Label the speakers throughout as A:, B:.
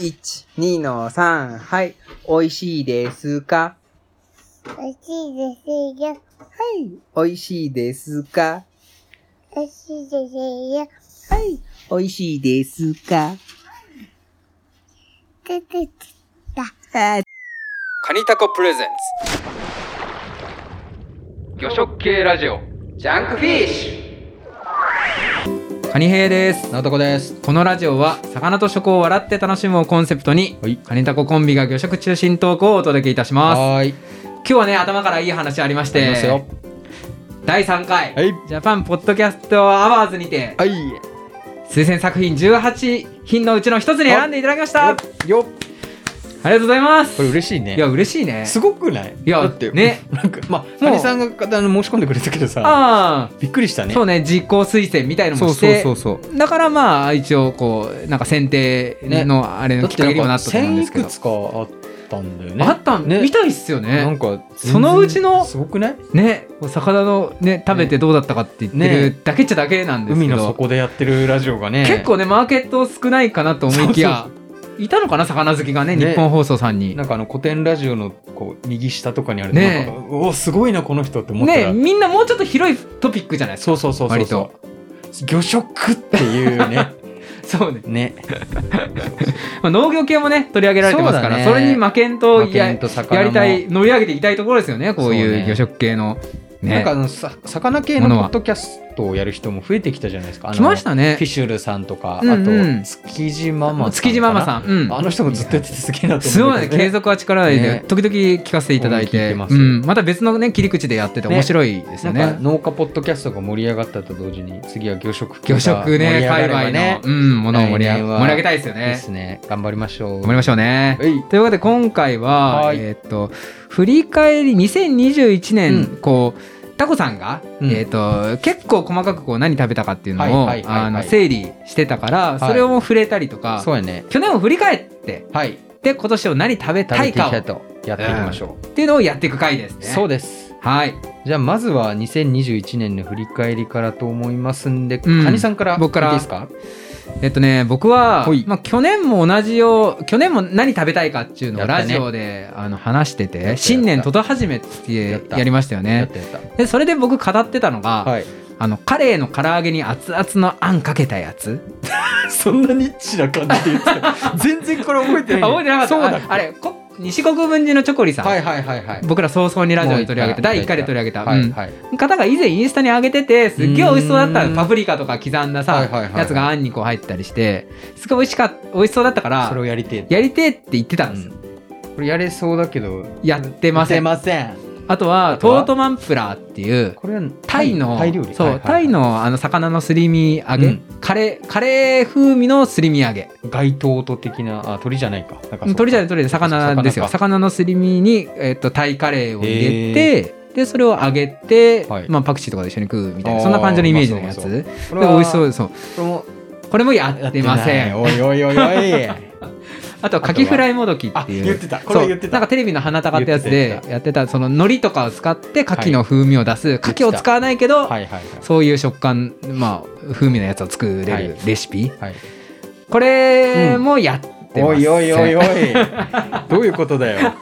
A: 1、2の3、はい。美味しいですか
B: 美味しいですよ。
A: はい。美味しいですか
B: 美味しいですよ。
A: はい。美味しいですか
B: 出てきた。
A: あ
C: カニタコプレゼンツ魚食系ラジオジャンクフィッシュカニ兵です
D: なおとこです。
C: このラジオは魚と食を笑って楽しむをコンセプトに
D: はい
C: カニタココンビが魚食中心トークをお届けいたします
D: はーい。
C: 今日はね頭からいい話ありまし
D: い
C: て
D: ますよ。
C: 第3回、
D: はい
C: ジャパンポッドキャストアワーズにて
D: はい。
C: 推薦作品18品のうちの一つに選んでいただきましたあり
D: よっ。
C: がとうございます
D: これ嬉しいね。
C: いや嬉しいね
D: すごくない
C: いや
D: だって、
C: ね。
D: なんか、まあ、カニさんがあの申し込んでくれたけどさ、
C: ああ
D: びっくりしたね。
C: そうね実行推薦みたいの
D: そ
C: も
D: う
C: し
D: そう
C: て
D: そうそう。
C: だからまあ一応こうなんか選定のあれ
D: だ
C: の
D: っ
C: きってかけ
D: なん
C: にもな
D: か、
C: ったと思うん
D: 千
C: で
D: い
C: すけ
D: く
C: ど
D: つかあったんだよね。
C: あったん
D: ね
C: みたいっすよ
D: な
C: ね
D: んか、
C: そのうちの
D: すごくない
C: ねお魚のね食べてどうだったかって言って
D: ね
C: るだけっちゃだけなんですけ
D: 海の
C: ど
D: 底でやってるラジオがね。
C: 結構ねマーケット少ないかなと思いきやいたのかな魚好きがね
D: ね
C: 日本放送さんに
D: なんかあの古典ラジオのこう右下とかにある
C: ね
D: なんかおおすごいなこの人って思った
C: ね
D: ら、
C: みんなもうちょっと広いトピックじゃないですか
D: そうそうそうそうそう魚食っていう ね
C: そうね、
D: ね
C: まあ、農業系もね取り上げられてますから
D: そうだ
C: そ,、
D: ね
C: れに負けんと
D: 馬
C: や
D: 券と魚も
C: やりたい乗り上げていきたいところですよねこう
D: そう
C: いう
D: ね
C: 魚食系のね
D: なんかあのさ魚系
C: も
D: のポ
C: のは
D: ッドキャストをやる人も増えてきたじゃないですか。あの
C: 来ましたね
D: フィッシュルさんとか、
C: うんうん
D: あと築地ママさんかな
C: 築地ママさん、うん、
D: あの人もずっとやっててすげえな と
C: す
D: 思
C: ご
D: う
C: い
D: け
C: ね
D: ど
C: 継続は力で、
D: ね
C: 時々聞かせていただい
D: 聞い
C: て
D: てます
C: うん、また別の、ね、切り口でやってて面白いですよ
D: な
C: ね
D: んか農家ポッドキャストが盛り上がったと同時に次は魚食
C: 魚
D: 系が
C: 食
D: 盛
C: ね
D: り上が
C: 界
D: れば
C: 隈の
D: ね、
C: うん、ものを盛り上
D: 来
C: げ
D: 年は
C: 盛り上げたいですよ
D: いいで
C: ね
D: すね頑張りましょう
C: 頑張りましょうね
D: はい
C: ということで今回は、
D: はい
C: えーっと振り返り2021年、
D: うん
C: こうタコさんが、
D: うん
C: えーっと結構細かくこう何食べたかっていうのを
D: はいはいはいはい
C: あの整理してたから
D: い
C: それを触れたりとか、
D: そうやね
C: 去年を振り返って
D: はい
C: で今年を何食べた
D: 食べて
C: い
D: いきた
C: かを
D: いとやっていきましょう、
C: っていうのをやっていく回ですね。
D: そうです
C: はい
D: じゃあまずは2021年の振り返りからと思いますんで、
C: うん
D: カニさんから
C: 僕から
D: いいですか
C: えっとね僕は
D: ほい、
C: まあ、去年も同じよう去年も何食べたいかっていうのを
D: やった
C: ラ
D: ね
C: ジオで、あの話して
D: やったや
C: て
D: った
C: 新年とと始めって
D: や
C: や
D: った
C: りましたよ
D: やっ
C: ね
D: たやっ
C: でそれで僕語ってたのが、
D: たはい
C: あのカレーの唐揚げに熱々のあんかけたやつ
D: そんなニッチな感じで言っ てた全然これ覚えて
C: あ
D: ない
C: 覚えてなかった
D: そうだ
C: ああれこ西国分寺のチョコリさん、
D: はいはいはいはい
C: 僕ら早々にラジオで取り上げて
D: もう
C: 第
D: 一
C: 1回
D: 回
C: で取り上げた、
D: は
C: う
D: い
C: ん
D: はい
C: 方が以前インスタに上げててすっげえ美味しそうだった
D: うーん
C: パプリカとか刻んださ、
D: はいはいはいはい
C: やつがあんにこう入ってたりしてすごい美味しかっ美味しそうだったから
D: それをやりてえ
C: やりてえって言ってたんですよ、
D: これやれそうだけど
C: やってません
D: ません
C: あとは
D: とは
C: トートマンプラーっていう
D: これは
C: タイの
D: タイ料理
C: そう、
D: はいはいはい
C: タイのあの魚のすり身揚げ、
D: うん
C: カレーカレー風味のすり身揚げ
D: 街灯と的なあ鳥じゃないかなんかそう
C: 鳥じゃない鳥じゃない魚ですよ
D: 魚か
C: 魚のすり身に、えっとタイカレーを入れてでそれを揚げて、
D: はい
C: まあ、パクチーとかで一緒に食うみたいな
D: あー
C: そんな感じのイメージのやつ、
D: まあそう
C: で
D: これ
C: 美
D: は
C: 味しそうそう
D: これも
C: これもやってません
D: やってないおい おいおいおい
C: あとはカキフライもどきっていう
D: てた
C: そうなんかテレビの花束ってやつ
D: 言って
C: で
D: た
C: やってたその海苔とかを使って牡蠣の風味を出す牡蠣を使わないけど、
D: はいはいはい
C: そういう食感まあ風味のやつを作れ
D: はい
C: るレシピ、
D: はい
C: これもやってま
D: お
C: す、
D: いおいお いおいどういうことだよ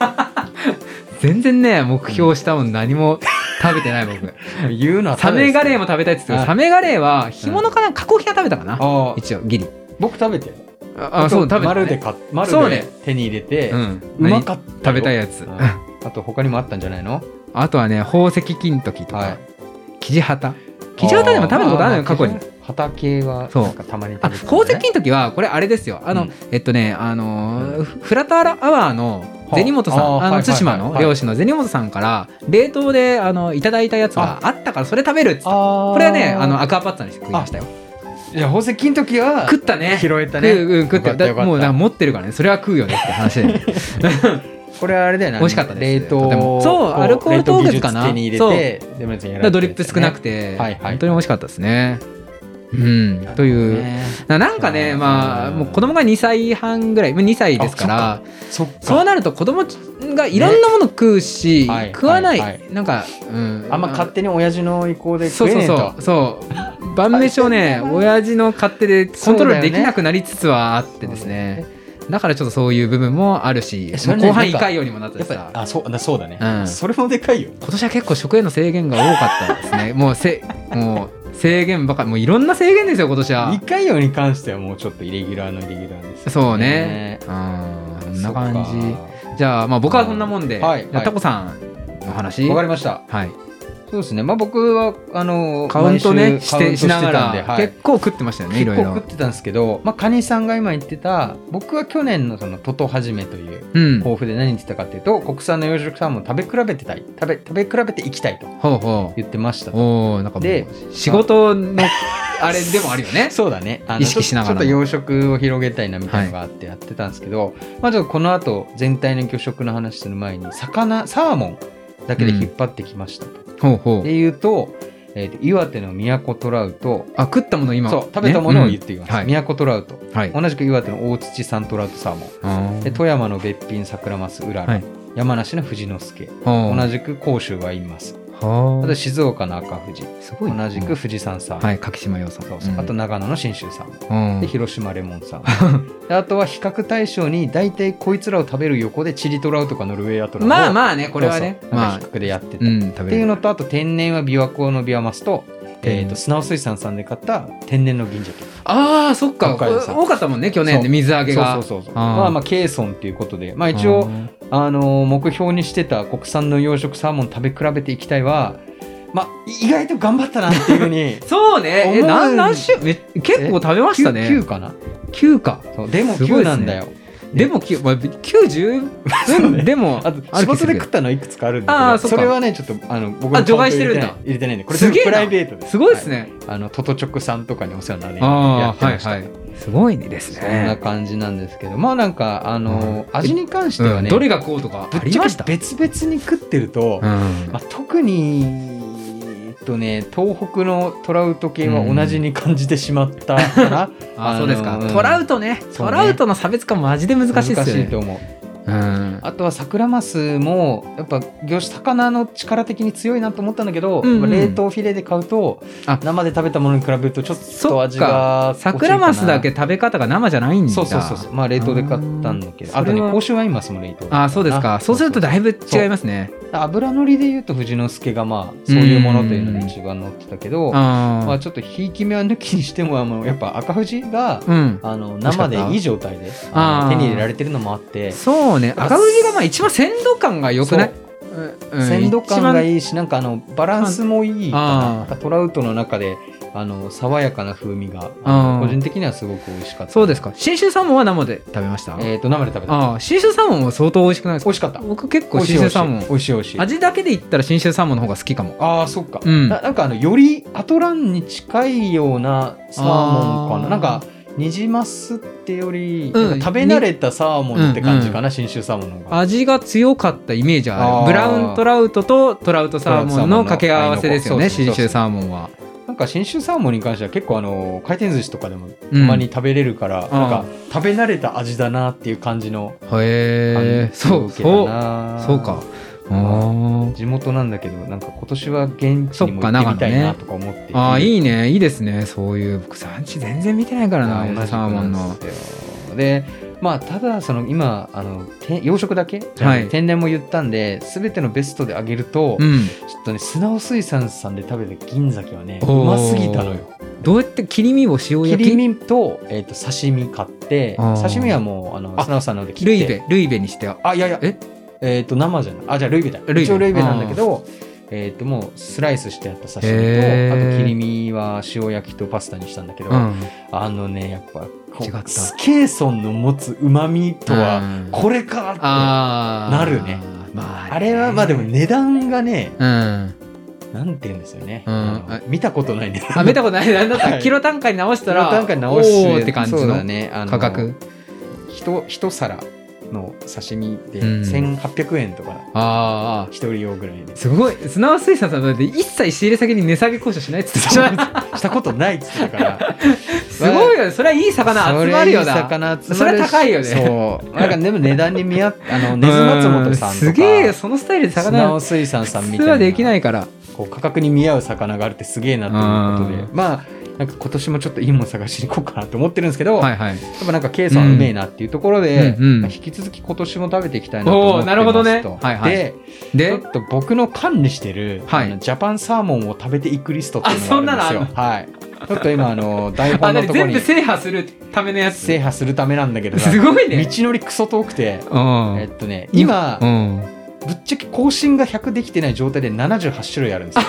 C: 全然ね目標したもの何も食べてない僕
D: 言うのは
C: サメガレー
D: も
C: も食べたいっつってたけ
D: は
C: ど
D: い
C: サメガレーは干物かな加工品は食べたかな
D: ああ
C: 一応ギリ
D: 僕食べて
C: ああそう食べた、
D: 丸
C: ね、
D: で買っ丸
C: そう
D: で
C: ね
D: 手に入れて
C: うん
D: うまかった
C: 食
D: よ
C: べたいやつ
D: うんあと他にもあったんじゃないの
C: あとはね宝石金時とか、
D: はい
C: キジハタキジハタでも食べたことあるのよ過去に
D: 畑は
C: そう
D: なんかたまに食
C: あ
D: べて
C: 宝石金時はこれあれですよあの、
D: うん
C: えっとねあのー
D: うん
C: フフラターアワーの銭本さ
D: はああ
C: ん
D: は
C: あの
D: いはいはい
C: 対馬の
D: はい
C: 漁師の銭本さんから冷凍であのいただいたやつがあったからそれ食べるっつって
D: こ
C: これはねあのアクアパッツァにして食いましたよ
D: いや宝石金時は
C: 食ったね
D: 拾えたね
C: 食ううん、食って
D: よかった
C: だ
D: よかった
C: もうな持ってるからねそれは食うよねって話 で
D: これはあれだよね
C: 美味しかったです
D: 冷凍
C: とてもそう
D: こ
C: アルコール凍結かな
D: 冷凍技術手に入れてでもやつやられてるやつね
C: ドリップ少なくて、
D: はいはい
C: 本当に美味しかったですねうんという
D: ね
C: ななんかねまあ
D: うん
C: もう子供が2歳半ぐらい2歳ですから
D: そっ
C: そう
D: か
C: なると子供がいろんなもの食うし、
D: ねはい
C: 食わない、
D: はいは
C: なんか、うん、
D: あんま勝手に親父の意向で
C: そう
D: 食え
C: そう
D: ねえと
C: そう そう晩飯をね
D: 大変だな
C: 親父の勝手でコントロールできなくなりつつはあってですねだからちょっとそういう部分もあるし、
D: それね
C: 後半
D: なん
C: 胃
D: か
C: 潰瘍にもなった
D: や
C: し
D: っぱ
C: さ
D: り、あそうだそうだね、
C: うん
D: それもでかいよ
C: 今年は結構食への制限が多かったです ね。もうせ、もう制限ばかり、もういろんな制限ですよ、今年は
D: 胃。回用に関してはもうちょっとイレギュラーのイレギュラーですよ
C: そうね。うん、こんな感じ。じゃあ、まあ僕はこんなもんで、
D: はい
C: じゃあタコさんの話。
D: じわかりました
C: はい。
D: そうですねまあ僕はあの
C: カウントね、
D: 毎週
C: し
D: カウン
C: て、
D: ト
C: しなが
D: たんで
C: ら、
D: はい
C: 結構食ってましたよね、いろい
D: 結構
C: ろ
D: 食っ。てたんですけど、まあ、カニさんが今言ってた僕は去年のそのトトはじめという
C: うん。ほ
D: 抱負で何言ってたかっていうと国産の養殖サーモンを食べ比べてたい食べ食べ比べていきたいと
C: うほ
D: 言ってました
C: う。おおなんかも
D: で
C: う、仕事の、あれでもあるよね。
D: そうだねあの
C: 意識しながらも
D: ちょっとちょっと養殖を広げたいなみたいなのがあってやってたんですけど、まあちょっとこの後全体の魚食の話する前に魚サーモンだけで引っ張ってきましたと、
C: ほうほう
D: で。言うと,、えーと岩手の宮古トラウト
C: あ、食ったもの今。
D: そう食べたものを言っ
C: ね
D: ていきます、
C: うんはい
D: 宮古トラウト
C: うんはい。
D: 同じく岩手の大槌産トラウトサーモン
C: あ
D: で
C: ー
D: 富山の別品桜マスうらら、
C: はい
D: 山梨の藤之助
C: あ
D: 同
C: ー
D: じく甲州はインマスあ
C: は
D: と
C: あ。
D: 静岡の赤富士
C: すごいな
D: 同じく富士山さん、
C: はい、柿島洋さん。
D: そうそうあと長野の信州さん、
C: うん、
D: で広島レモンさんであとは比較対象に大体こいつらを食べる横でチリトラウとかノルウェーアトラ
C: まあ
D: あ
C: まあね、これはね。
D: ま
C: ま
D: あ
C: あ
D: 比、較でやってて、
C: う
D: っ
C: ん、食
D: て
C: べ
D: いう
C: る。
D: のとあと天然は琵琶湖のビワマスと,、えー、
C: うん
D: と砂尾水産さんで買った天然の銀鮭
C: ああ、そっか。
D: 北海道さん
C: 多かったもんね、去年
D: そ
C: で
D: う
C: 水揚げが。
D: そうそうそうそう
C: あー
D: まあまあケーソンっていうことでまあ一応、あの目標にしてた国産の養殖サーモン食べ比べていきたいは、まあ、意外と頑張ったなっていうふうに
C: あー。 そうね。え、
D: 思う
C: 何、何種め結構食べましたね。
D: 9かな
C: 9か。
D: そうでも
C: すごい
D: 9
C: ですね
D: なんだよ、
C: でも9、まあ、9十
D: そうね
C: 分でも、
D: あと仕事で食ったのはいくつかあるんだけど
C: あーそ
D: そ
C: っか
D: れはねちょっとあの僕
C: あ除外してるんだ
D: カウント入れてない入れてないんでこれ
C: す
D: 全
C: げ
D: 部
C: え
D: プ
C: な
D: ライベートです
C: すごいですね。
D: はいあのトトチョクさんとかにお世話になる
C: ああ、
D: や
C: は
D: って
C: い
D: ました
C: はい。すごいです
D: そんな
C: ね。
D: 感じなんですけどまあなんかあの、味に関しては
C: うん
D: ね、
C: どれがこうとか
D: ぶ
C: あ
D: っ
C: り
D: ちゃ
C: ました
D: け別々に食ってると、
C: うん
D: まあ、特に、えっとね、東北のトラウト系は同じに感じてしまったから、
C: あーそうですか、
D: あのー
C: トラウトね
D: そうね
C: トラウトの差別化マジで難しいですよね
D: と思う
C: うん
D: あとは桜マスもやっぱ魚種魚の力的に強いなと思ったんだけど、
C: うんうん
D: 冷凍フィレで買うと
C: あ
D: 生で食べたものに比べるとちょっと味が落ちるかな
C: 桜マスだけ食べ方が生じゃないんだ
D: そうそうそうそうまあ冷凍で買ったんだけど
C: あ
D: あ
C: ー
D: と
C: そ
D: ね
C: れは
D: 甲州ワインマスも冷凍
C: あーそうですかそうすると
D: だ
C: だいぶ違いますね
D: 油のりでいうと藤之助がまあそういうものというのが一番乗ってたけど、
C: あ
D: まあ、
C: あ
D: ちょっとひいき目は抜きにしてもあのやっぱ赤富士が
C: うん
D: あの
C: 美味しか
D: 生
C: った
D: でいい状態で
C: あー
D: あの手に入れられてるのもあって
C: そうね
D: ぱ
C: 赤富士がまあ一番鮮度感が良くないうんうん
D: 鮮度感が
C: 一
D: いいしなんかあのバランスもいいか
C: あー
D: ななんかトラウトの中であの爽やかな風味があの
C: あー
D: 個人的にはすごく美味しかっ
C: 番
D: た
C: そうですか信州サーモンは生で食べました
D: えー、と生で食べた
C: ああ信州サーモンも相当美味しくないです
D: 美
C: か
D: 味しかった
C: 僕結
D: 美
C: 構
D: 味し
C: 信
D: い
C: 州
D: 美味し
C: サー
D: い
C: モ
D: 美
C: ン
D: 味しい美味しい
C: 味だけで言ったら信州サーモンの方が好きかも
D: ああそっか、
C: うん
D: ななんかあのよりアトランに近いようなサーモンか
C: あー
D: ななんかニジマスってより、
C: うん
D: なんか食べ慣れたサーモンって感じか
C: う
D: な、信州サーモンの方が
C: 味が強かったイメージはあ
D: あー
C: るブラウントラウトとトラウトサーモンの掛け合わせですよね
D: そうそう
C: 信
D: そう
C: 州サーモンは
D: なんか信州サーモンに関しては結構あの回転寿司とかでもた
C: うん
D: まに食べれるから、
C: ん
D: なんか食べ慣れた味だなっていう感じの
C: へえ
D: 感じ
C: そ
D: を
C: う
D: 受け
C: そう
D: たな
C: そうかあー
D: 地元なんだけどなんか今年は現地にも行ってみたいなとか思って
C: あーい
D: い
C: いねいいですねそういう僕産地全然見てないからな同じサーモンの
D: でまあただその今あのて養殖だけ、
C: はい
D: 天然も言ったんで全てのベストであげると、
C: う
D: ち
C: ん
D: ょっとね砂尾水産さんで食べた銀鮭はねう
C: おー
D: ますぎたのよ
C: どうやって切り身を塩
D: 切
C: 焼
D: り
C: き
D: 身と,、えー、と刺身買って
C: あー
D: 刺身はもうあの
C: あ
D: 砂尾さんので切って
C: ルイベルイベにしてあ
D: あいやいや
C: え
D: えー、と生じゃないあじゃあルイベだ
C: ルイベ
D: 一応ルイベなんだけどえー、ともうスライスしてあった刺身
C: へ
D: と
C: ー
D: あと切り身は塩焼きとパスタにしたんだけど、
C: うん
D: あのねやっぱこう
C: 違った
D: スケーソンの持つうまみと
C: う
D: は
C: ん
D: これかって
C: あ
D: あ
C: ー
D: なるね
C: まあね
D: れはまあでも値段がね
C: うん
D: なんて言うんですよね、
C: うん
D: あの
C: あ
D: 見たことない値段
C: あ見たことないなんだった
D: は
C: ら
D: い
C: キロ単価に直したら
D: 単価に直し
C: おーって感じ
D: そうだ
C: の
D: ねあの
C: 価格
D: 一一皿の刺身で
C: うん
D: 1800円とか
C: ああ
D: 一人用ぐらいで
C: あすごい砂尾水産さんだって一切仕入れ先に値下げ交渉しないっつってたじゃ ない
D: したことないっつってたから
C: ですかすごいよねそれはいい魚集まるよな
D: それいい魚集まるし
C: それは高いよね
D: そうなんかでも値段に見合っあの根津松本さんとか
C: うすげえよそのスタイルで
D: 砂
C: 魚
D: 尾水産さん
C: 普
D: みた
C: 通
D: いな
C: はできないから
D: こう価格に見合う魚があるってすげえなということで
C: う
D: まあなんか今年もちょっといいもの探しに行こうかなと思ってるんですけど、
C: はいはい。
D: やっぱなんか K さんうめえなっていうところで、
C: うんうん
D: まあ引き続き今年も食べていきたいなと思
C: お
D: ってますと。
C: ーなるほどねはいはい
D: で、ちょ
C: で、
D: っと僕の管理してる、
C: はい
D: あのジャパンサーモンを食べていくリストっていうのがあ
C: あそん
D: るん
C: なのあ
D: ですよ。はい。ちょっと今あの台
C: あ、
D: 本
C: な
D: の
C: に
D: ところ
C: 全
D: に
C: 部制覇するためのやつ。
D: 制覇するためなんだけどさ、
C: す
D: 道
C: ごいね。
D: のりクソ遠くて、
C: うん
D: えっとね、今、
C: うん。
D: ぶっちゃけ更新が100できてない状態で78種類あるんですよ。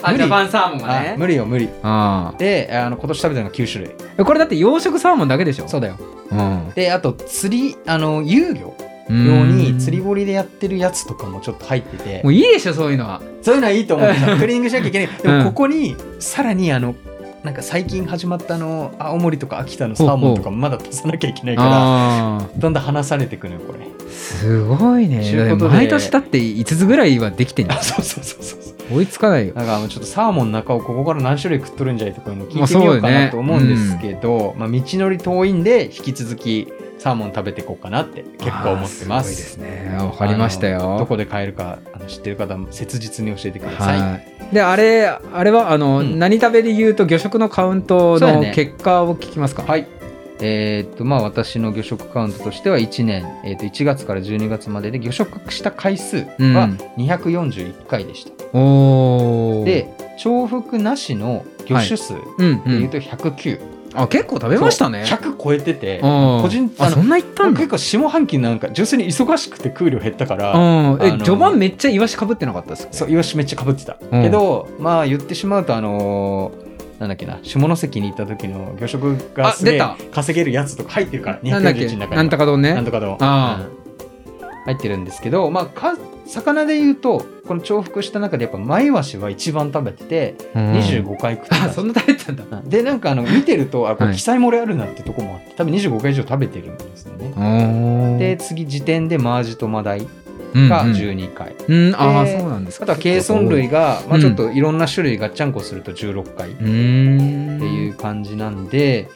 C: あ、
D: 無理
C: ジャパンサーモンが
D: あ
C: ね。
D: 無理よ無理。
C: あ
D: で、あの今年食べたのが9種類。
C: あ。これだって養殖サーモンだけでしょ
D: そうだよ。
C: うん。
D: で、あと釣り、あの遊漁
C: よ
D: 用に釣り堀でやってるやつとかもちょっと入ってて
C: も、ういいでしょ、そういうのは。
D: そういうのはいい と思うんですよ。クリーニングしなきゃいけない。で
C: うん
D: もここに、さらにあの、なんか最近始まったあの、青森とか秋田のサーモンとかまだ足さなきゃいけないか
C: ああ。
D: ら、だんだん離されてくのよ、これ。
C: すごいね。
D: ちゅう
C: だ
D: こ
C: って
D: とで
C: 毎年だって5つぐらいはできてんじゃ
D: あ、そうそうそうそうそう。
C: ん追いつかないよ。
D: だからあのちょっとサーモンの中をここから何種類食っとるんじゃいとかいうの聞
C: まあ
D: いてみようか
C: そうよ
D: な
C: ね
D: と思うんですけど、まあ、道のり遠いんで、引き続きサーモン食べていこうかなって結構思ってま。
C: あーごいですすね。わかりました
D: あのど
C: よ。
D: こで買えるかあの知ってる方も切実に教えてください。
C: はい。で、あれ、あれは、あの、
D: うん
C: 何食べで言うと、魚食のカウント
D: そうや
C: の
D: ね
C: 結果を聞きますか。
D: はい。えーっと、まあ私の魚食カウントとしては1年、えーっと1月から12月までで魚食した回数
C: うん
D: は241回でした。
C: おお。、
D: で、重複なしの魚種数で
C: うん、う。
D: 言うんと109。
C: あ、結構食べましたね。
D: そう100超えてて、
C: 個
D: 個人
C: あ、
D: あの
C: そんな行ったんだ。
D: 結構下半期なんか純粋に忙しくて給料減ったから、
C: うん、
D: あ
C: え
D: の
C: 序盤めっちゃイワシかぶってなかったですか
D: そう、イワシめっちゃ被ってた。
C: ん
D: けど、まあ言ってしまうとあのーなんだっけな下関に行った時の魚食が
C: あ
D: すげ
C: 出
D: え
C: た
D: 稼げるやつとか入ってるから
C: なんだっ
D: 211
C: け
D: の中に
C: なんとか丼
D: なん
C: ね
D: とかの、
C: あ
D: うん入ってるんですけど、まあ、か魚で言うとこの重複した中でやっぱマイワシは一番食べてて
C: うん
D: 25回食ってたん
C: あ
D: です
C: そ
D: よ、
C: んな食べてたんだ
D: うんでなんかあの見てるとあこ
C: は
D: れ
C: い
D: 記載漏れあるなってとこもあって多分25回以上食べてるんですよね。で
C: で、
D: 次時点でマージとマダイ
C: うん
D: が
C: うん
D: 12回、
C: うんああ
D: で
C: そうなんですか
D: あとはケイソン類が、
C: う
D: まあ、
C: ん
D: ちょっといろんな種類ガッチャンコすると16回っ
C: うーん
D: ていう感じなんで、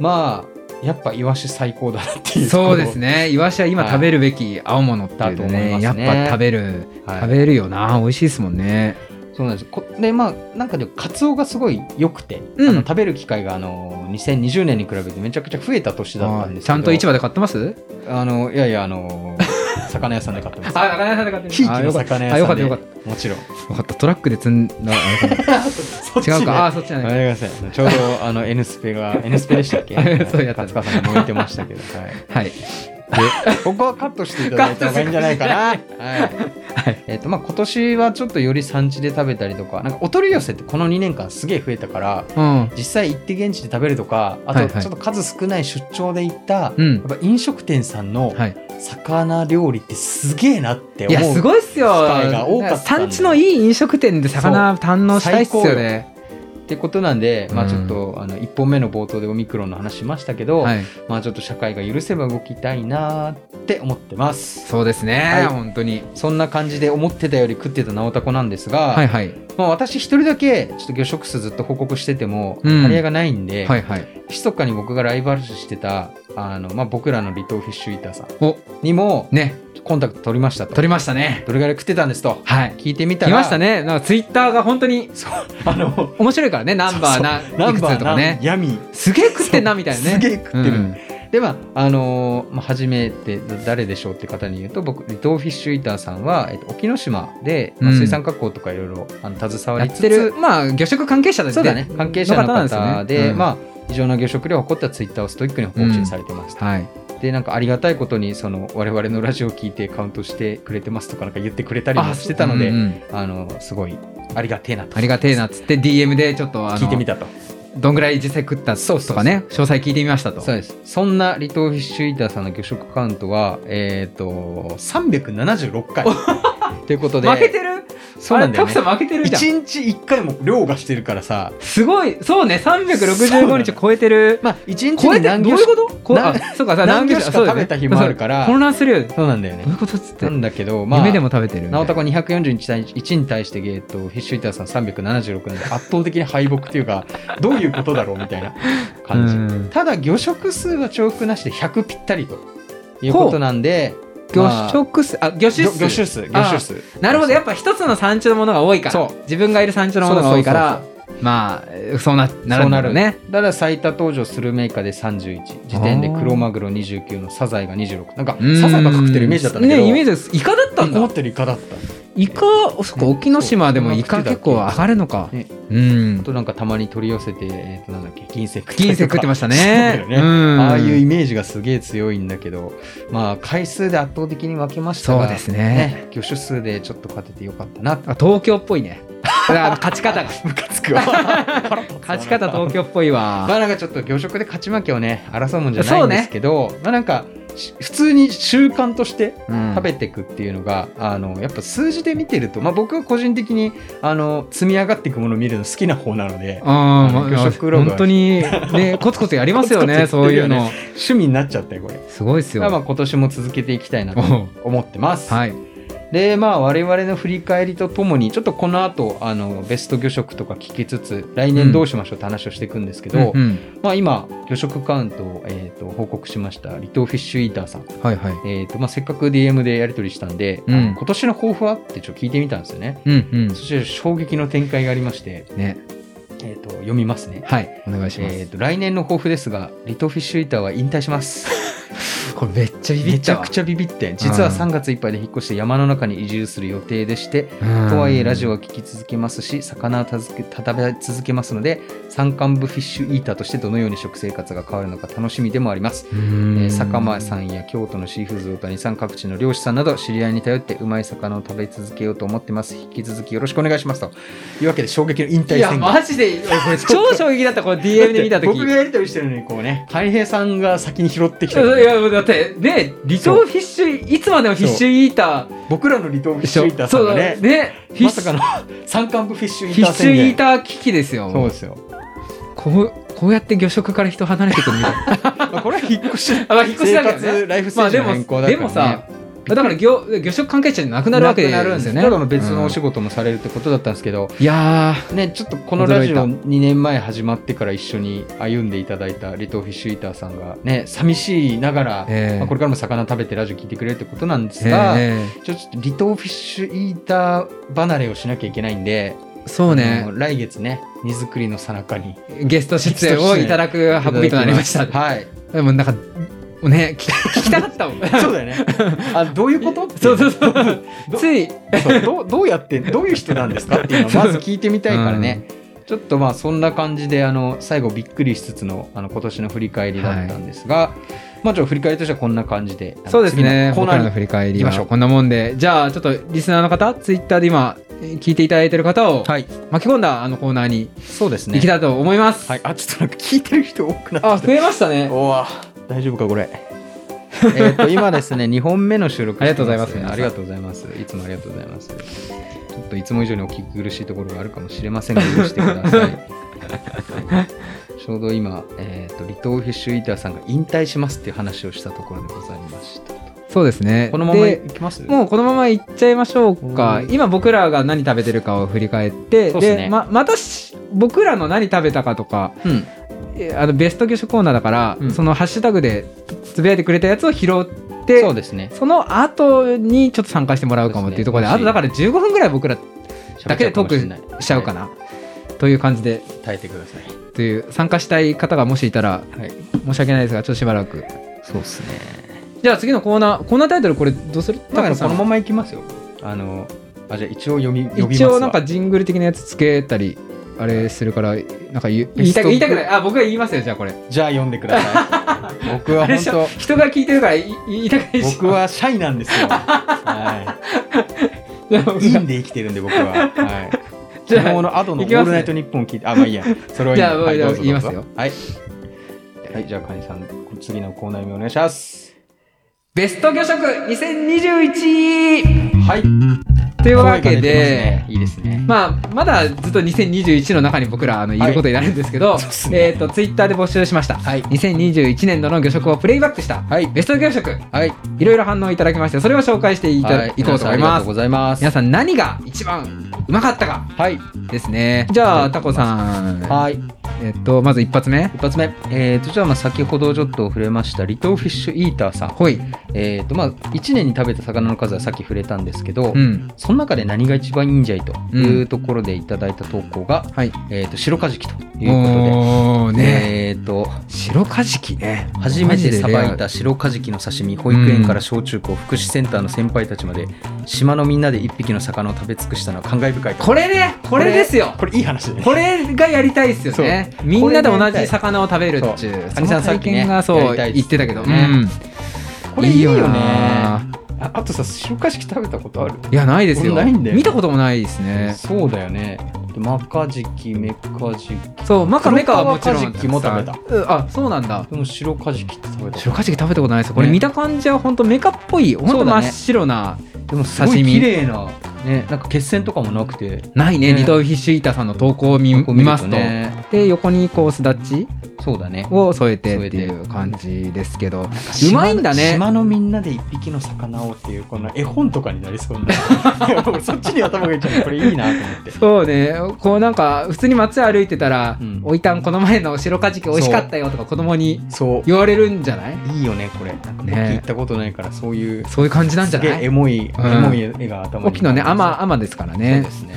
D: まあやっぱイワシ最高だなっていうところ
C: そうです、ねイワシは今食べるべき青物っていう
D: だと思い
C: ね
D: ま
C: やっ
D: すね
C: ぱ食べる
D: はい
C: 食べるよな美味しいですもんね
D: そうなんですこでまあなんかでもカツオがすごい良くて、
C: うん
D: あの食べる機会があの2020年に比べてめちゃくちゃ増えた年だったんですけど
C: ちゃんと市場で買ってます
D: あのいやいやあの 魚屋さんで買ってます
C: あ魚屋さんで買って
D: ひいきの魚
C: あよか
D: 屋さ
C: った
D: んで
C: よかったよ
D: もちろん
C: かったトラックで積んだあ れか
D: そっ
C: な違うかあ
D: あ
C: ーそっちじゃ
D: ご
C: ない
D: めんなさいちょうど あの N スペが N スペでしたっ け
C: そうやった
D: 勝川さんが燃えてましたけど、 はい、
C: はい
D: ここはカットしていただいた方がいいんじゃないかなはい、えっ、とまあ今年はちょっとより産地で食べたりとかなんかお取り寄せってこの2年間すげえ増えたから
C: うん
D: 実際行って現地で食べるとかあ
C: は
D: と
C: いはい
D: ちょっと数少ない出張で行った、
C: うん
D: やっぱ飲食店さんの
C: はい
D: 魚料理ってすげえなって
C: い
D: 思う
C: やすごいっすよ
D: 機会が多かったんだ
C: 産地のいい飲食店で魚堪能したいっすよね
D: ってことなんで、ま
C: う
D: あ、
C: ん
D: ちょっと、あの1本目の冒頭でオミクロンの話しましたけど、
C: はい
D: まあ、ちょっと社会が許せば動きたいなーって思ってます
C: そうですね、
D: はい
C: 本当に
D: そんな感じで思ってたより食ってた直太子なんですが、
C: はいはい
D: まあ、私一人だけちょっと魚食数ずっと報告してても
C: うん
D: 張り合いがないんで、
C: はいはい
D: 密かに僕がライバル視してたあの、まあ、僕らの離島フィッシュイーターさん
C: お
D: にも
C: ね
D: コンタクト取りましたと
C: 取りましたね
D: どれぐらい食ってたんですと
C: はい
D: 聞いてみた
C: 来
D: ら
C: ましたねなんかツイッターが本当に
D: あの
C: 面白いからねナンバーな
D: ナ
C: いく
D: ン
C: つと
D: バー
C: かね
D: な闇
C: すげえ食ってんなみたいなね
D: すげえ食ってる、
C: うん
D: でまああのーまあ、初めて誰でしょうって方に言うと僕離島フィッシュイーターさんは、えっと、沖ノ島で、まあ
C: うん
D: 水産加工とかいろいろあの携わ
C: や
D: り
C: っ
D: つ
C: て
D: つ
C: るまあ魚食関係者だ
D: そうだね関係者の
C: なんですよね
D: 方で、
C: うん
D: まあ異常な魚食量を誇ったツイッターをストイックに更新されてました、
C: はい
D: でなんかありがたいことにその我々のラジオを聞いてカウントしてくれてますとかなんか言ってくれたりもしてたのであ、
C: うんうん
D: のすごいありがてえなと
C: ありがてえなっつって DM でちょっとあの
D: 聞いてみたと
C: どんぐらい実際食った
D: そうそうそ
C: と
D: う
C: かね詳細聞いてみましたと
D: そうですそんな離島フィッシュイーターさんの魚食カウントはえっ、と376回 ということで
C: 負けてる
D: そうなんだよね
C: あれ徳さん負けてるじゃん
D: 1日1回も凌駕してるからさ
C: すごいそうね365日超えてる
D: まあ1日
C: 超えてる
D: に何
C: どうい
D: 魚
C: う
D: し
C: ことこうあそうかさ
D: 何魚しか
C: そうだよね
D: 食べた日もあるから
C: そう混乱するよねど
D: そうなんだよね
C: ういうことっつって
D: なんだけどまあ
C: 夢でも食べてるみたい
D: 直
C: な
D: 太子241に対してゲートフィッシュイーターさん376なんで圧倒的に敗北っていうかどういうことだろうみたいな感じ、
C: うん
D: ただ魚食数は重複なしで100ぴったりということなんで
C: 魚食数あ魚種数
D: 魚魚種数魚種数
C: なるほどやっぱ一つの産地のものが多いから
D: そう
C: 自分がいる産地のものが多いから
D: そうそう
C: まあえーそうななるんだろうね。
D: ただ最多登場スルメイカで31時点でクロマグロ29のサザエが26なんか
C: うん
D: サザエばっか食ってるイメージだったんだけど
C: ねイメージですイカだったん
D: 残
C: だ
D: ってるイカだった
C: イカそっか沖ノ島でもイカ結構上がるのか、
D: ね
C: うん
D: あとなんかたまに取り寄せて、えー、となんだっけ銀石
C: 銀石食ってましたね
D: そうだよ
C: うん
D: ああいうイメージがすげえ強いんだけどまあ回数で圧倒的に分けましたが
C: そうですね
D: 魚種数でちょっと勝ててよかったな
C: あ東京っぽいねだから勝ち方が
D: ムカつく わ
C: 勝ち方東京っぽい
D: ま
C: わ
D: あなんかちょっと魚食で勝ち負けをね争うもんじゃないんですけど、まあなんかし普通に習慣として食べていくっていうのが、あのやっぱ数字で見てると、まあ、僕は個人的にあの積み上がっていくものを見るの好きな方なので
C: あ
D: あの魚食ログ
C: 本当にねコツコツやりますよね
D: コツコ
C: そう
D: ツ
C: い
D: や
C: う
D: ってるよね
C: の
D: 趣味になっちゃったよこれ
C: すごいです
D: まあまあ
C: よ
D: 今年も続けていきたいな
C: お
D: と
C: う
D: 思ってます、
C: はい
D: でまあ我々の振り返りとともにちょっとこの後あのベスト魚食とか聞きつつ来年どうしましょうって話をしていくんですけど、
C: うんうん
D: まあ、今魚食カウントを、えーと報告しましたリトーフィッシュイーターさん
C: はいはい
D: えーとまあ、せっかく DM でやり取りしたんで、
C: うん
D: あの今年の抱負はってちょっと聞いてみたんですよね。
C: うん
D: そして衝撃の展開がありまして、
C: うんね
D: えー、と読みますね。
C: はいお願いします、
D: えー、と来年の抱負ですが、リトフィッシュイーターは引退します。
C: これめっ ちゃビビ
D: め
C: っ
D: ち
C: た
D: ゃ
C: わ
D: くちゃビビって、実は
C: うん
D: 3月いっぱいで引っ越して山の中に移住する予定でして、
C: うん
D: とはいえラジオは聞き続けますし、魚はたずけ食べ続けますので、山間部フィッシュイーターとしてどのように食生活が変わるのか楽しみでもあります。
C: う
D: え
C: ん
D: ー坂間さんや京都のシーフーズ大谷さん各地の漁師さんなど知り合いに頼ってうまい魚を食べ続けようと思ってます引き続きよろしくお願いしますというわけで衝撃の引
C: い
D: 退
C: や
D: 宣言
C: マジでこれ超衝撃だったこの DM で見た時
D: 僕がやり取りしてるのにこうね海平さんが先に拾ってきた、
C: いやだってね離島フィッシュいつまでもフィッシュイータ
D: 僕らの離島フ
C: ー
D: ィッシュイーターさ
C: そ
D: ん
C: う
D: がね
C: ねフィッ
D: ま
C: シ
D: さ
C: ュ
D: かの山間部フィッシュイ
C: フィ
D: ー
C: ッ
D: ター
C: シュ
D: 宣
C: イ
D: 言
C: ーター危機ですよ
D: そうですよ、
C: こうこうやって魚食から人離れてくるみたい な
D: まあ、これは引っ越し
C: あまあ引っ越しだけど
D: 生活
C: ね
D: ライフステ
C: ま
D: ー
C: あ
D: ジ
C: で
D: の
C: も
D: 変更だから、ね
C: でもさだから魚魚食関係者じゃなくなるわけ
D: なくなるん
C: で
D: ですす
C: よ
D: よ
C: ね
D: ねただの別のお仕
C: うん
D: 事もされるってことだったんですけど、
C: いや
D: ね、ちょっとこのラジオ
C: 驚
D: 2年前始まってから一緒に歩んでいただいたリトーフィッシュイーターさんがね寂しいながら、
C: ええ
D: まあ、これからも魚食べてラジオ聞いてくれるってことなんです
C: ー
D: が、
C: え
D: ちょっとリトーフィッシュイーター離れをしなきゃいけないんで
C: ーそう
D: あ
C: ね
D: の来月ね荷造りのさなかに
C: ゲスト出演をいただく運びとなりました
D: はい
C: でもなんかもうね聞き聞きたかった もん
D: そうだよねあどういうことってい
C: そうそうそう
D: ど
C: つい
D: そうどう どうやってどういう人なんですかっていうのをまず聞いてみたいからね、ちょっとまあそんな感じであの最後びっくりしつつのあの今年の振り返りだったんですが、まあちょっと振り返りとしてはこんな感じであの
C: そうですね。
D: 次の
C: 僕
D: コー
C: ら
D: ナ
C: の
D: ーに
C: 振り返り
D: 行きましょ
C: は
D: う
C: こんなもんで、じゃあちょっとリスナーの方、ツイッターで今えー聞いていただいてる方を
D: はい
C: 巻き込んだあのコーナーに
D: そうです
C: 行
D: ね
C: きたいと思います。
D: はいあちょっとなんか聞いてる人多くなって
C: あ、増えましたね。
D: おわ大丈夫かこれ えっと今ですね2本目の収録
C: ありがとうございます
D: してありがとうございますいつもありがとうございますちょっといつも以上にお聞き苦しいところがあるかもしれませんが許してください はいちょうど今、えー、とリトーフィッシュイーターさんが引退しますっていう話をしたところでございました
C: そうですね。
D: このままい
C: で
D: きます
C: もうこのまま行っちゃいましょうか
D: う。ん
C: 今僕らが何食べてるかを振り返って、
D: そうっすね
C: ままたし僕らの何食べたかとか、
D: うん
C: えあのベスト魚種コーナーだから、
D: うん
C: そのハッシュタグでつぶやいてくれたやつを拾って、
D: そうですね
C: その後にちょっと参加してもらうかもっていうところで、
D: そう
C: あ
D: です
C: と
D: ね
C: だから15分ぐらい僕らだけでト
D: 喋っちゃう
C: ー
D: も
C: クしちゃうかな、という感じで
D: れない耐えてください
C: という参加したい方がもしいたら
D: はい
C: 申し訳ないですがちょっとしばらく
D: そうですね
C: じゃあ次のコーナーコーナータイトルこれどうする
D: だからこのま
C: ま
D: まいきますよあのあじゃあ一応読み呼びます
C: 一
D: わ
C: 応なんかジングル的なやつつけたりあれするからなんか言う
D: ベ
C: 言い
D: ス
C: た
D: ト
C: く言いたくないあ僕が言いますよじゃあこれ
D: じゃあ読んでくださ い僕は
C: あれ
D: 本
C: でしょ
D: 当
C: 人が聞いてるからい言いたくないでしょ
D: 僕 はシャイなんですよ。は
C: じゃあ僕
D: い。
C: が
D: 陰で生きてるんで僕は。はい。
C: じゃ
D: 昨
C: あ
D: 日のアドのオールナイトニッポンを聞いて、あ、まあいいや。それはいいや。
C: じゃあ
D: はい、どうぞ
C: 言いますよ
D: どうぞはい。はい、じゃあ、カニさん、次のコーナーにお願いします。
C: ベスト魚食2021
D: はい。
C: というわ
D: 声
C: け
D: が出て
C: で
D: ますねいいですね。
C: まあ、まだずっと2021の中に僕らあのいることになるんですけど、
D: そうっすね
C: えっ、と、ツイッターで募集しました。
D: はい
C: 2021年度の魚食をプレイバックした、
D: はい
C: ベスト魚食、
D: はい。
C: いろいろ反応いただきまして、それを紹介していただ、い、こうと思い
D: 皆さんありが
C: ま
D: とう
C: す
D: ご。ざいます。
C: 皆さん何が一番うまかったか
D: はい。
C: ですね。じゃあ、タコさん。
D: はい。
C: えっとまず一発目
D: 一発目、えー、とじゃあまあ先ほどちょっと触れましたリトーフィッシュイーターさん、
C: ほい
D: えーとまあ、1年に食べた魚の数はさっき触れたんですけど、
C: うん
D: その中で何が一番いいんじゃいというところでいただいた投稿が、
C: はい
D: えー、と白カジキということで。
C: おおね
D: えー、と
C: 白カジキね
D: 初めてさばい
C: マジでレ
D: た白カジキの刺身保育園から小中高福祉センターの先輩たちまで島のみんなで一匹の魚を食べ尽くしたのは感慨深い
C: アこれねこれですよ
D: これいい話
C: これがやりたいっすよねみんなで同じ魚を食べるっちゅう
D: そう
C: その
D: 谷さんさっ
C: 体
D: きね
C: 験がそ
D: や
C: う
D: りたいっつ
C: 言ってたけど
D: ね
C: うん
D: これいいよね
C: な
D: ああとさ白カジキ食べたことある
C: いやないですよ
D: 俺ないんだよ
C: 見たこともないですね
D: そうだよね。でマカジキ、メカジキ。
C: そうマカメカはもちろん
D: 黒カジキも食べた
C: うんあそうなんだ
D: でも白カジキって食べた。
C: 白カジキ食べたことないですこれ
D: ね
C: 見た感じは本当メカっぽい本
D: そ
C: 当
D: うだ
C: 真
D: ね
C: っ白な
D: でもすご
C: 刺
D: い
C: 身
D: 綺麗な、ね、なんか血栓とかもなくて。
C: ないね
D: ね
C: リトルフィッシュイーターさんの投稿を見
D: こう
C: 見
D: る
C: ま
D: と
C: すと
D: ね。
C: で横にこうすだち
D: そうだね。
C: を添えてっていう感じですけどう
D: う
C: まいんだね
D: 島のみんなで一匹の魚をっていうこの絵本とかになりそうな 俺そっちに頭がいっちゃうこれいいなと思って
C: そうねこうなんか普通に街歩いてたら
D: うん
C: 「おいたんこの前の白カジキ美味しかったよ」とか子供に
D: そ
C: 言われるんじゃないう
D: いいよねこれなんか僕
C: ね
D: 行ったことないからそういう
C: そういう感じなんじゃ
D: す
C: な
D: げえエ
C: い
D: モい、
C: うん
D: エモい絵が頭に
C: 沖のね天天ですから
D: そう
C: ね
D: ですね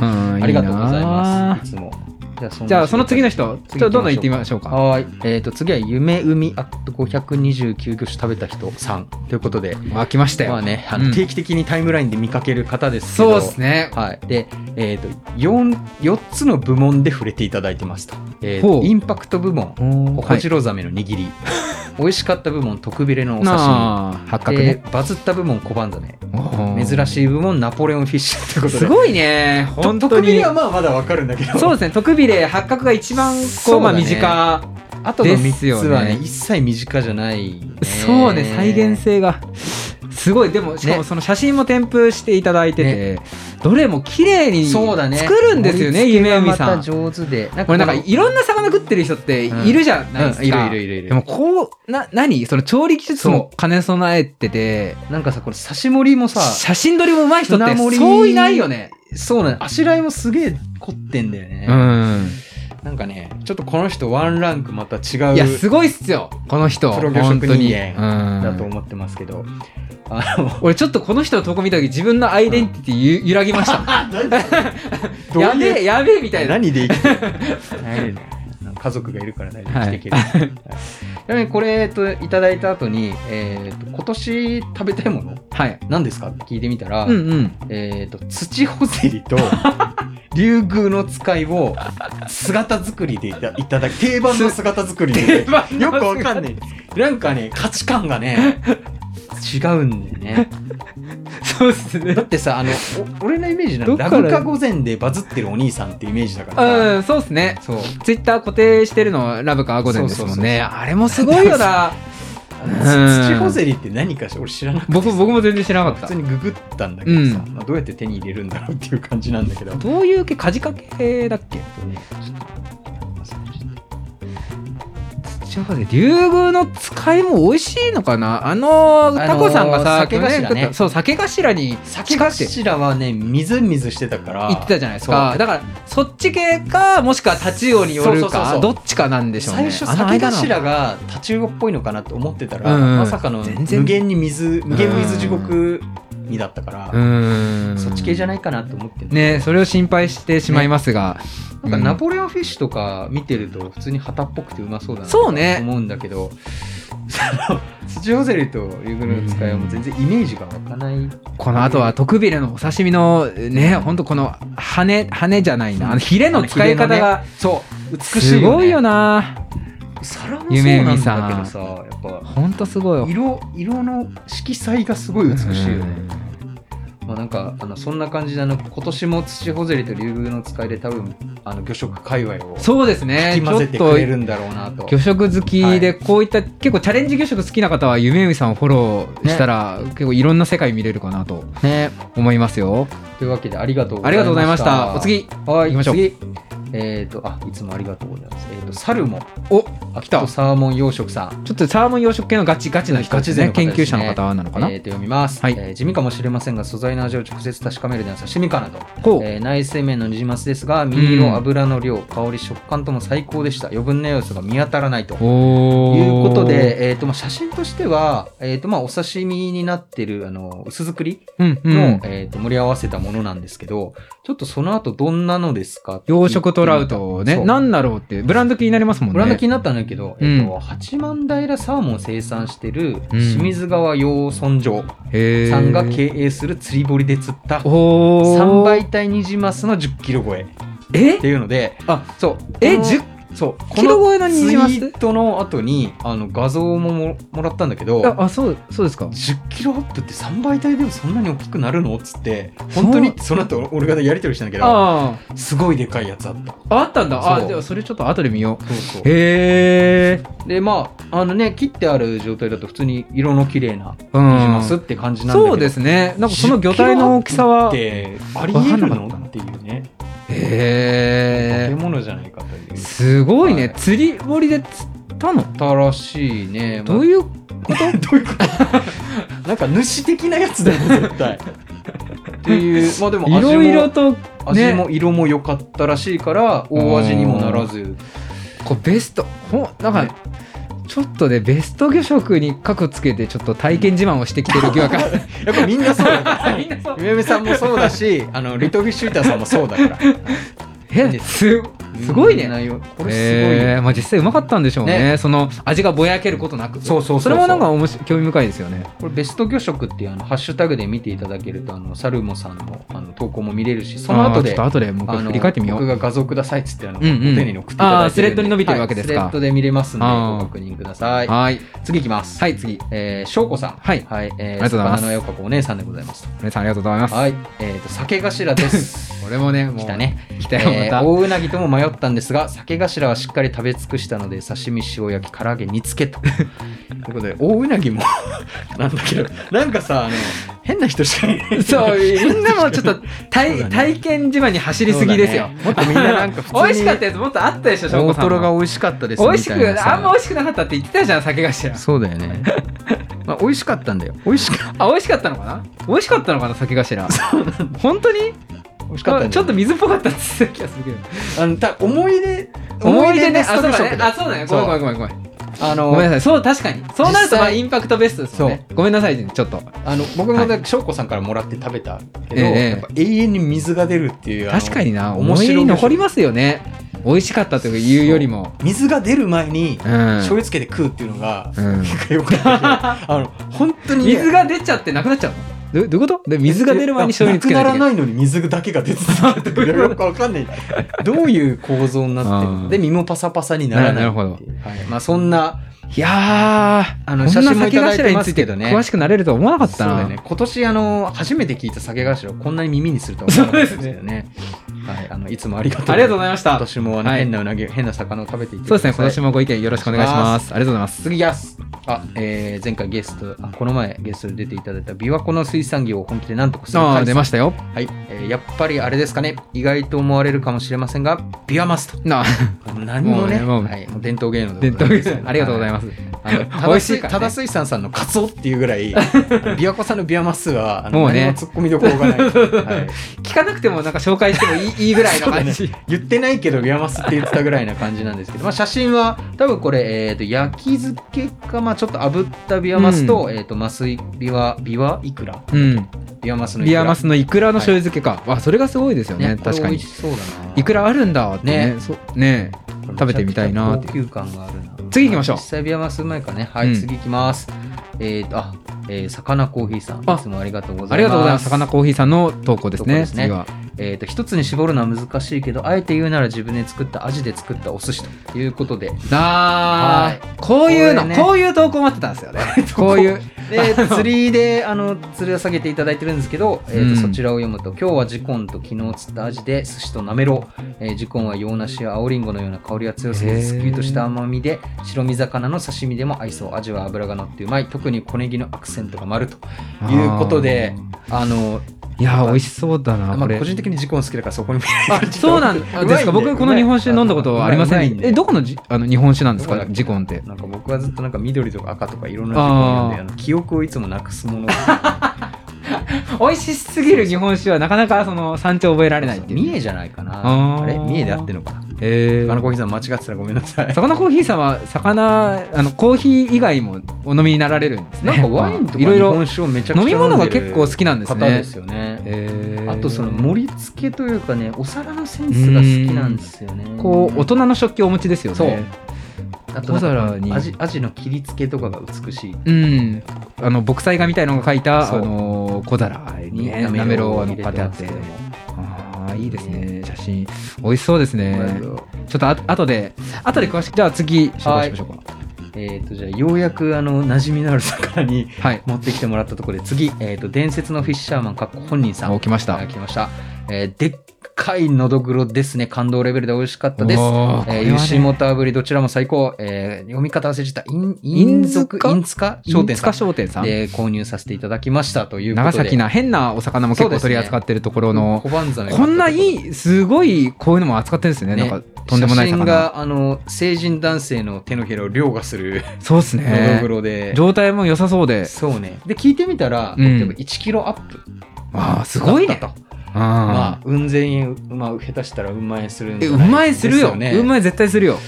C: あ
D: ありがとうございます。いつも。じゃあそ
C: じゃあその次の人ちょ
D: 人
C: っ
D: 次
C: とどんどん行ってみましょうか
D: はーい。えっ、と、次は、夢海アット529魚種食べた人さんということで、
C: あ来ました
D: ま
C: よ
D: あね、あ
C: う
D: の
C: ん
D: 定期的にタイムラインで見かける方ですけ
C: そう
D: ど、
C: ですね
D: はい。で、えっ、と4、4つの部門で触れていただいてますと。えーと
C: ほう
D: インパクト部門、ホ
C: こ
D: ジロザメの握り、 美味しかった部門、特ビレのお刺
C: な
D: 身。
C: あ八角
D: で
C: ね
D: バズった部門小判ザメ
C: し
D: 珍しい部門ナポレオンフィッシュということです
C: ごいね本当
D: 特ビ
C: に
D: レはまあまだわかるんだけど
C: そうですね特ビレ八角が一番こ
D: そうう
C: まあ
D: だね
C: 身近
D: あとの
C: で
D: 3
C: すよね
D: つはね一切身近じゃない、
C: そうね再現性がすごいでもしかも
D: ね
C: その写真も添付していただいててどれも綺麗に
D: そうだね
C: 作るんですよね
D: 盛り付け
C: 夢
D: が
C: 海さ
D: また
C: ん
D: 上手でなん
C: これなんか
D: の
C: いろんな魚食ってる人っているじゃないですか
D: うんいるいるいるいる
C: でもこうな何その調理技術も兼ね備えてて
D: なんかさこれ刺し盛りもさ
C: 写真撮りもうまい人って
D: 船盛り
C: そういないよね
D: そうなのあしらいもすげえ凝ってんだよね、
C: ん
D: なんかねちょっとこの人ワンランクまた違う
C: いやすごいっすよこの人
D: プロ魚
C: 本当
D: 職
C: に
D: 人間だと
C: うん
D: 思ってますけど、あ の
C: 俺ちょっとこの人の投稿見た時自分のアイデンティティゆ揺らぎました
D: どういう
C: やべえやべえみたいな
D: 何で生きてる何で家族がいるから大丈夫
C: はい
D: 生きていける、はいちなみにこれ、えっと、いただいた後に、えーと今年食べたいもの
C: はい
D: 何ですかって聞いてみたら、
C: うんうん
D: えー、と土ほぜり と竜宮の使いを姿作りでいたいただき定番の姿作 りでよくわかんないなんかね価値観がね違うんだよね
C: そうっすね
D: だってさあのお俺のイメージな
C: どっ
D: のラ
C: から
D: グカ御前でバズってるお兄さんってイメージだから
C: うんそうっすね
D: さ、そう
C: ツイッター固定してるのラブかアゴデンですもん
D: そうそうそう
C: ねあれもすごいよな
D: 土ほぜりって何かし俺知らなくて
C: 僕僕も全然知らなかっ
D: 普
C: た
D: 通にググったんだけどさ、
C: う
D: まあ、どうやって手に入れるんだろうっていう感じなんだけど
C: どういう系かじかけだっけ土方で竜宮の使いも美味しいのかなあの
D: のー
C: タコさんがさ
D: 酒頭ね
C: 去年食ったそう酒頭に
D: 酒
C: 近くて
D: 頭はねみずみずしてたから
C: 行ってたじゃないですか
D: そう
C: だからそっち系かもしくはタチウオによる
D: そうそうそうそ
C: か
D: う
C: どっちかなんでしょう
D: 最
C: ね
D: 初
C: あの
D: 酒
C: 間なの
D: 頭がタチウオっぽいのかなと思ってたら、
C: うんうん
D: まさかの
C: 全然
D: 無限に水無限水地獄にだったか
C: う
D: ら、
C: ーん
D: そっち系じゃないかなと思ってんだけど
C: ねそれを心配してしまいますが、
D: なんかナポレオンフィッシュとか見てると普通に旗っぽくてうまそうだなと
C: そうね
D: 思うんだけど、そ の土ホゼリとリュグルの使いはもう全然イメージが湧かない
C: この後は特ビレのお刺身のねほんとこの羽羽じゃないなあのヒレの使い方が
D: そう美しい
C: すごいよ
D: な
C: な
D: 皿もそうなんだけどさ
C: 夢
D: やっぱ
C: ほんとすごい
D: 色色の色彩がすごい美しいよね、
C: うん
D: まあ、なんかあのそんな感じであの今年も土ホゼリとリュグルの使いで多分あの魚食界隈をか
C: そうですね
D: き
C: ち
D: 混
C: ょ
D: ぜ
C: ってと
D: くれるんだろうなと
C: 魚食好きでこういった、結構チャレンジ魚食好きな方は夢海さんをフォローしたら、結構いろんな世界見れるかなと
D: ね
C: 思いますよ
D: というわけでありがとうご
C: あ
D: ざいまし
C: りがとうござ
D: た
C: いましたお次
D: はい
C: 行きましょう
D: 次えっ、と、あ、いつもありがとうございます。えっ、と、サルモン。
C: お
D: あ
C: 来た
D: とサーモン養殖さん。
C: ちょっとサーモン養殖系のガチガチな人ですね
D: ガチ勢の
C: 研
D: 方ですね
C: 究者の方なのかな、
D: えーと読みます、
C: はい
D: えー地味かもしれませんが素材の味を直接確かめるのは刺身かなと、
C: ほう、
D: えー内製麺のニジマスですが身
C: うん
D: 色油の量香り食感とも最高でした余分な要素が見当たらないという
C: おー
D: ことで、えーとまあ、写真としては、えーとまあ、お刺身になってるあの薄作り
C: うんう
D: の、
C: ん、
D: えーと盛り合わせたものなんですけどちょっとその後どんなのですかって
C: 養殖トラウトをね
D: そう
C: 何だろうってブランド気になりますもんね
D: ブランド気になったんだけど、
C: うん
D: えっと八幡平サーモンを生産してる
C: うん
D: 清水川養豚場
C: へー
D: さんが経営する釣り堀で釣った
C: おー
D: 3倍体ニジマスの1 0キロ超えっ
C: え
D: ていうので
C: あ
D: そう
C: え
D: この
C: 10
D: そう
C: キロ超えの
D: この
C: ニジマス
D: ツイートの後にあの画像もももらったんだけど
C: ああそうそうですか
D: 10キロアップって3倍体でもそんなに大きくなるのっつって本当にその後俺がやり取りしたんだけど
C: あー
D: すごいでかいやつあった
C: ああったんだあ
D: そう
C: じゃあそれちょっと後で見よ
D: そうそう
C: うへえ
D: でまああのね切ってある状態だと普通に色の綺麗なニジ
C: うん
D: マスって感じなんだけど、
C: そうですねなんかその魚体の大きさは
D: 10
C: へ
D: キロアップってありえるのっていうね
C: え
D: 建物じゃないかという
C: すごいね、
D: はい
C: 釣り堀で釣ったの
D: 新しいね
C: どういう
D: どうい うことなんか主的なやつだよ絶対っていうまあでも
C: い
D: 味も
C: ろいろと
D: 味も色も良かったらしいから大味にもならず
C: こうベストほんなんか、
D: ね
C: ちょっとねベスト魚食に過去つけてちょっと体験自慢をしてきてる疑惑
D: やっぱみんな そうだから
C: みんな そう
D: ゆめさんもそうだしあのリトルフィッシュイーターさんもそうだから
C: えすすごいね
D: みんなよこれすごいよ、
C: えーまあ、実際うまかったんでしょうねその味がぼやけることなく
D: そうそうそうそう
C: れもなんか面白い興味深いですよね
D: これベスト魚食っていうあのハッシュタグで見ていただけるとあのサルモさんのあの投稿も見れるしその後
C: あーちょっ
D: で
C: と後でもう一回
D: あの
C: 振り返ってみよ
D: 僕
C: う
D: が画像くださいっつってあの、
C: うんうん
D: お手に送っていただいてるんで
C: あースレッドに伸びてるわけですか
D: はいスレッドで見れますんで
C: あー
D: ご確認ください
C: はい
D: 次いきます
C: はい次
D: えー、しょうこさん
C: はい
D: はいえー、
C: ありがとうございます
D: 魚の絵を描くお姉さんでございます
C: 皆さんありがとうございます、
D: はいえー、と酒頭です
C: これもねもう
D: 来たね、
C: 来たよま
D: え
C: た、
D: ー、大うなぎとも迷ったんですが酒頭はしっかり食べ尽くしたので刺身塩焼き唐揚げ煮つけ とということで大うなぎも なんだけどなんかさあの変な人しかいない
C: そうみんなもちょっと体,、
D: そうだね
C: 体験自慢に走りすぎですよ、
D: そうだねもっとみんななんか普通に
C: 美味しかったやつもっとあったでしょ翔
D: 大
C: 子さ
D: ト
C: ん
D: ロが
C: も
D: 美味しかったです
C: 美味し
D: みたいな
C: く
D: さ
C: あんま美味しくなかったって言ってたじゃん酒頭
D: そうだよね まあ美味しかったんだよ美味しか
C: あ美味しかったのかな美味しかったのかな酒頭本当に
D: 美味しかったんだよ
C: あちょっと水っぽかったって言ってた気がするけど
D: あのた思い出
C: 思い出ね
D: ベ
C: あ
D: ス
C: そ
D: ト
C: うだ
D: ショッ
C: ね
D: クだ
C: あそうだねごめんごめんごめんごめん
D: あの
C: ごめんなさいそう確かにそうなると
D: 実際
C: まあインパクトベストですもんねごめんなさいちょっと
D: あの僕も
C: は
D: ね翔子さんからもらって食べたけど、
C: ええ
D: やっぱ永遠に水が出るっていうあの
C: 確かにな
D: 面
C: 思い
D: 白い
C: 出に残りますよね美味しかったというよりも
D: 水が出る前に、
C: うん
D: 醤油つけて食うっていうのが、
C: うん
D: なんかよくあるあの本当にね、
C: 水が出ちゃってなくなっちゃうのどどういうことで水が出る前に醤油につけ
D: な
C: ないと
D: く
C: いけ
D: なら
C: ない
D: ないのに水だけが出続けて るよくわかんないどういう構造になってる
C: うん
D: ので身もパサパサにならない
C: なるほど
D: っていうはいまあそんない
C: やー
D: あの
C: こん
D: 写
C: な
D: 真もい
C: 酒
D: ただい
C: 頭
D: て
C: に
D: ま
C: つい
D: す
C: て
D: けどね
C: 詳しくなれるとは思わなかっ
D: そ
C: た
D: うだ
C: な
D: よね今年あの初めて聞いた酒頭をこんなに耳にするとは思わなかったですよねはいあのいつもありがとう
C: ありがとうご
D: い
C: ざいまし
D: 今
C: た
D: 年もあの
C: はい
D: 変なうなぎ、変な魚を食べていって
C: そうですね、今年
D: も
C: もご意見よろしくお願いします。ありがとうございます。
D: 次やすあ、えー、前回ゲストあこの前ゲストで出ていただいた琵琶湖の水産業を本気でなんとかする
C: ああ、
D: 会
C: 出ましたよ。
D: はい、えーやっぱりあれですかね意外と思われるかもしれませんがビアマスと
C: なあ、
D: 何もね
C: もうねもう
D: はい、もう伝統芸能
C: 伝
D: でござ
C: 統
D: い
C: 芸
D: ます
C: 能ありがとうございます。
D: あのた
C: 美
D: だ
C: 味しい
D: 水
C: からね
D: ただ水産さんのカツオっていうぐら いあの琵琶湖さんのビアマスはあの
C: もうね
D: 何もツッコミどころ がない、はい、
C: 聞かなくてもなんか紹介してもいいいいぐらいの感
D: そ
C: じ。
D: 言ってないけどビアマスって言ってたぐらいな感じなんですけど、まあ、写真は多分これ、えー、と焼き漬けか、まあ、ちょっと炙ったビアマスと,、えー、と麻酔ビワビワイクラ
C: うん。
D: ビアマスのイク
C: ビ
D: ラ
C: アマスのイクラの醤油漬けか。わ、それがすごいですよね。
D: ね
C: 確
D: こ
C: か
D: れ美
C: に
D: 味。しそうだな
C: イクラあるんだってね。
D: ね
C: そうね食べてみたいなって
D: 高級感があるな
C: 次行きましょう
D: 実際ビアマスうまいからねはい、
C: うん
D: 次行きますえっ、とあえー、魚コーヒーさん
C: あ
D: いつもありがとうございます
C: ありがとうございます。魚コーヒーさんの投稿です
D: 投稿
C: ね。
D: ですね
C: 次は。
D: えー、と一つに絞るのは難しいけどあえて言うなら自分で作ったアジで作ったお寿司ということで
C: あ
D: は
C: ーこういうの、
D: これ ね
C: こういう投稿待ってたんですよね。こういう。
D: で 釣りであの釣りを下げていただいてるんですけど、えーと
C: うん
D: そちらを読むと今日はジコンと昨日釣ったアジで寿司となめろう、えージコンは洋梨や青りんごのような香りが強すぎ
C: へ
D: て
C: ー
D: すっきりとした甘みで白身魚の刺身でも合いそうアジは脂がのってうまい特に小ネギのアクセントが丸ということであの、
C: いやー美味しそうだな
D: ま
C: こ
D: あ、
C: れ
D: 個人的にジコン好きだからそこに
C: あそう なんですか僕この日本酒飲んだことありませんえどこのじあの日本酒なんです
D: どこ
C: か
D: だっけ
C: ジコンって
D: なんか僕はずっとなんか緑とか赤とかいろんなジコンなんであの記憶をいつもなくすもの
C: 美味しすぎる日本酒はなかなかその山頂覚えられないっていう
D: 三重じゃないかな
C: あー
D: あれ三重で合ってるのかな
C: え
D: あのコ
C: ー
D: ーヒーさん間違ってたらごめんなさい
C: 魚コーヒーさんは魚あのコーヒー以外もお飲みになられるんですね
D: なんかワインとか
C: い
D: 日
C: ろいろ
D: 本酒をめちゃくちゃ
C: 飲み物が結構好きなんですね
D: 方ですよね
C: えー
D: あとその盛り付けというかねお皿のセンスが好きなんですよね
C: こう大人の食器をお持ちですよね
D: そうあと
C: 小皿に
D: アジアジの切り付けとかが美しい
C: うんあの牧菜画みたいのが書いた
D: そ
C: あ
D: う
C: の小皿にねなめろうが乗っかってあってああいいですね写真美味しそうですねちょっとあ後で後で詳しくじゃあ次紹介しましょうか
D: えっとじゃあようやくあの馴染みのある魚に
C: はい
D: 持ってきてもらったところで次、えー、と伝説のフィッシャーマンかっこ本人さん
C: あ来ました
D: はい来ました、えーでっかいのどぐろですね感動レベルで美味しかったです
C: おーこれ
D: え
C: は
D: ー、
C: ね
D: ユシモターぶりどちらも最高、えー読み方忘れちゃったインイ
C: イン
D: ン
C: ズ
D: ズ
C: カ
D: インツカ商店さ
C: 塚商店さ
D: ん
C: ん
D: で購入させていただきましたということ
C: 長
D: で
C: 崎な変なお魚も結構取り扱ってるところの、
D: 小判ザメがあった
C: こ
D: と
C: んないいいすごいこういうのも扱ってるんですね
D: ね
C: なんかとんでもない
D: 写
C: 魚
D: 真があの成人男性の手のひらを凌駕する
C: そうです
D: のど
C: ね
D: ぐろで、
C: 状態も良さそうで
D: そうねで聞いてみたら、
C: うん
D: 例えば1キロアップ
C: ああすごい
D: だっ
C: ね
D: たとまあ
C: あ、
D: 運善円、まあ、下手したら運万円するん
C: え
D: じゃ
C: う
D: ない
C: まいする
D: です
C: ようまい絶対するよ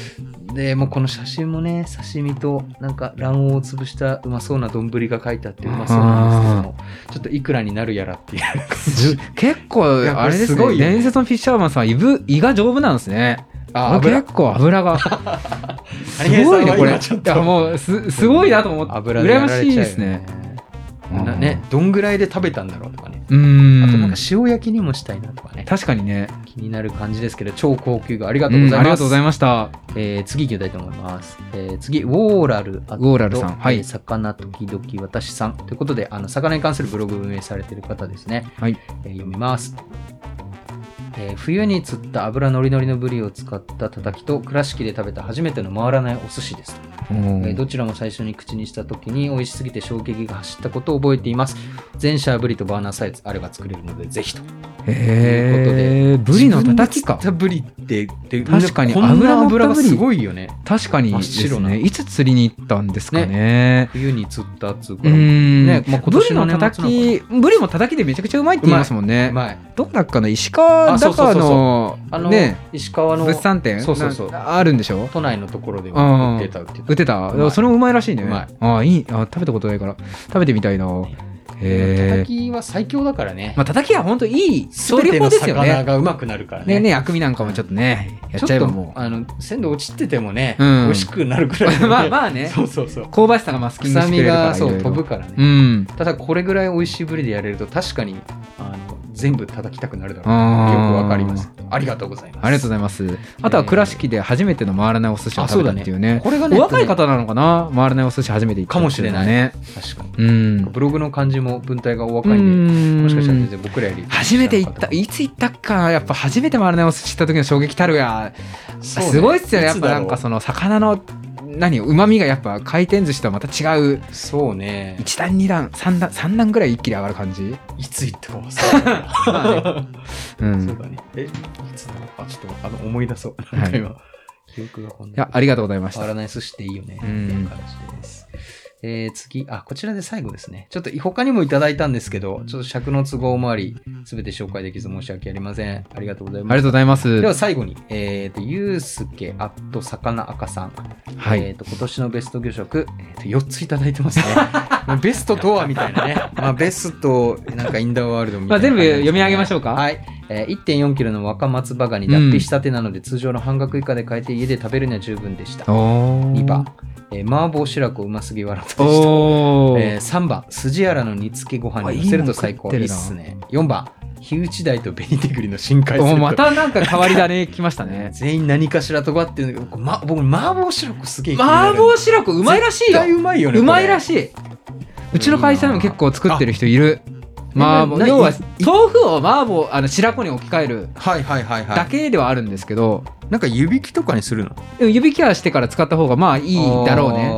D: で、もうこの写真もね、刺身と、なんか卵黄を潰したうまそうな丼が書いてあってうまそうなんですけども、ちょっといくらになるやらっていう感じ。
C: 結構
D: いやこれ
C: あれです
D: す
C: ね
D: ごいよね
C: 伝説のフィッシャーマンさんは胃ぶ胃が丈夫なんですね
D: あ、
C: 結
D: 油。
C: 構油 がすごいねこれいやもうすすごいなと思って
D: 油でや
C: 羨
D: ら
C: ま
D: れちゃう
C: しいですね。
D: なね、どんぐらいで食べたんだろうとかね。
C: うー
D: あ
C: ん
D: となんか塩焼きにもしたいなとかね。
C: 確かにね
D: 気になる感じですけど、超高級魚あり
C: あ
D: がとうございます。
C: ありがとうございました
D: えー次行きたいと思います。えー次、ウォーラル。ウ
C: ウォーラルさんはい
D: 魚時々私さん。ということで、あの、魚に関するブログを運営されている方ですね。
C: はい
D: えー読みます。えー冬に釣った脂のりのりのブリを使ったたたきと倉敷で食べた初めての回らないお寿司です、
C: うん
D: えーどちらも最初に口にした時に美味しすぎて衝撃が走ったことを覚えています全社ブリとバーナーサイズあれば作れるのでぜひと
C: へえブリのたたきか
D: 自分で釣ったブリってで
C: 確かに
D: こんな
C: 脂
D: 脂
C: のったブリ
D: がすごいよね
C: 確かにです
D: 真っ白な
C: ねいつ釣りに行ったんですかね
D: 冬に釣ったっつうか
C: う
D: ら
C: ーん
D: ねまあ
C: ブ
D: 今
C: リ
D: 年
C: の
D: の
C: た
D: 年末なのか
C: た
D: な
C: きブリもたたきでめちゃくちゃうまいって言いますもんね
D: 前
C: どこだっかな石川だか
D: あそうそうそう
C: の
D: あの、
C: ね
D: 石川の
C: 物産展
D: そうそうそう
C: なあるんでしょ
D: 都内のところでは売ってた売ってた
C: 売ってた
D: うまい
C: それもうまいらしいね
D: うまい
C: ああいいあ食べたことないから食べてみたいな
D: 叩
C: へえ
D: きは最強だからね
C: まあたたきは本当いい調
D: 全
C: 理
D: て
C: 法
D: の
C: ですよ
D: 魚
C: ね
D: がうまくなるから
C: ね
D: ね
C: ね薬味なんかもちょっとねやっちゃえばも
D: ちょっとあの鮮度落ちててもね、
C: うん
D: 美味しくなるくらいの
C: う
D: ね
C: まあまあね
D: そうそうそう
C: 香ばしさがマスキングして
D: 臭
C: く
D: み
C: れるから
D: がそ
C: いうろいろ
D: 飛ぶからね、
C: うん
D: ただこれぐらい美味しいぶりでやれると確かにあの全部叩きたくなるだろう
C: あー
D: なよくわかりますありがとうございます
C: ありがとうございます。あとは倉敷で初めての回らないお寿司を食べたっていうね。
D: これが
C: お
D: ね
C: 若い方なのかな回らないお寿司初めて行ったってうのは
D: かもしれない
C: ね。
D: 確かに
C: うん。
D: ブログの感じも文体がお
C: う
D: 若いんで
C: ん
D: もしかしたら全然僕らより
C: 初めて行った、いつ行ったっかなやっぱ初めて回らないお寿司行った時の衝撃たるや。すごいっすよね。やっぱなんかその魚の、何、旨味がやっぱ回転寿司とはまた違う。
D: のそうね
C: 1段、2段、3段、三段ぐらい一気に上がる感じ。
D: いつ行ったか忘れた
C: う。
D: そうんだねえいつだろうあちょっとあの思い出そう
C: い
D: なんか今記憶がこん
C: い
D: な
C: や、ありがとうございまし
D: 変わ
C: た。
D: らない寿司っていいよねって
C: うん
D: いう感じですえー次、あ、こちらで最後ですね。ちょっと他にもいただいたんですけど、ちょっと尺の都合もあり、すべて紹介できず申し訳ありません。ありがとうござい
C: ありが
D: ます。
C: とうございます
D: で。は最後に、えっ、と、ゆうすけ、あっと、さかなあかさん。
C: は
D: え
C: い。
D: っ、と、今年のベスト魚食、えーと4ついただいて ますね。まあベストとはみたいなね。まあ、ベスト、なんかインダーワールドみ
C: ま
D: た
C: あ
D: い
C: 全
D: な感じ
C: 部
D: ですね、
C: 読み上げましょうか。
D: はい、えー、1.4キロの若松バガに脱皮したてなので、通常の半額以下で買えて家で食べるには十分でした。
C: お
D: 2番、えー、麻婆白子うますぎわらとでした。
C: おー
D: えー、3番、筋あらの煮付けご飯に乗せると最高。
C: あい
D: い
C: い
D: い
C: もん
D: っ
C: 食
D: す
C: ってるな
D: ね。4番、火打ち台と紅手栗の深海セッ
C: お
D: ト。
C: またなんか変わりだね 来ましたね
D: 全員何かしらとかってるんだけど、僕 ま、僕、麻婆白子すげえ気になる。
C: 麻婆白子うまいらしいよ
D: 絶対うまいよね。
C: うまいら
D: い。
C: しいうちの会社でも結構作ってる人いる麻
D: な
C: 婆要はい豆腐を麻婆あの白子に置き換える
D: はいはいはい
C: だ
D: は
C: けではあるんですけど、
D: いなんか湯引きとかにするの
C: でも指ケアしてから使った方がまあい
D: い
C: いだろうね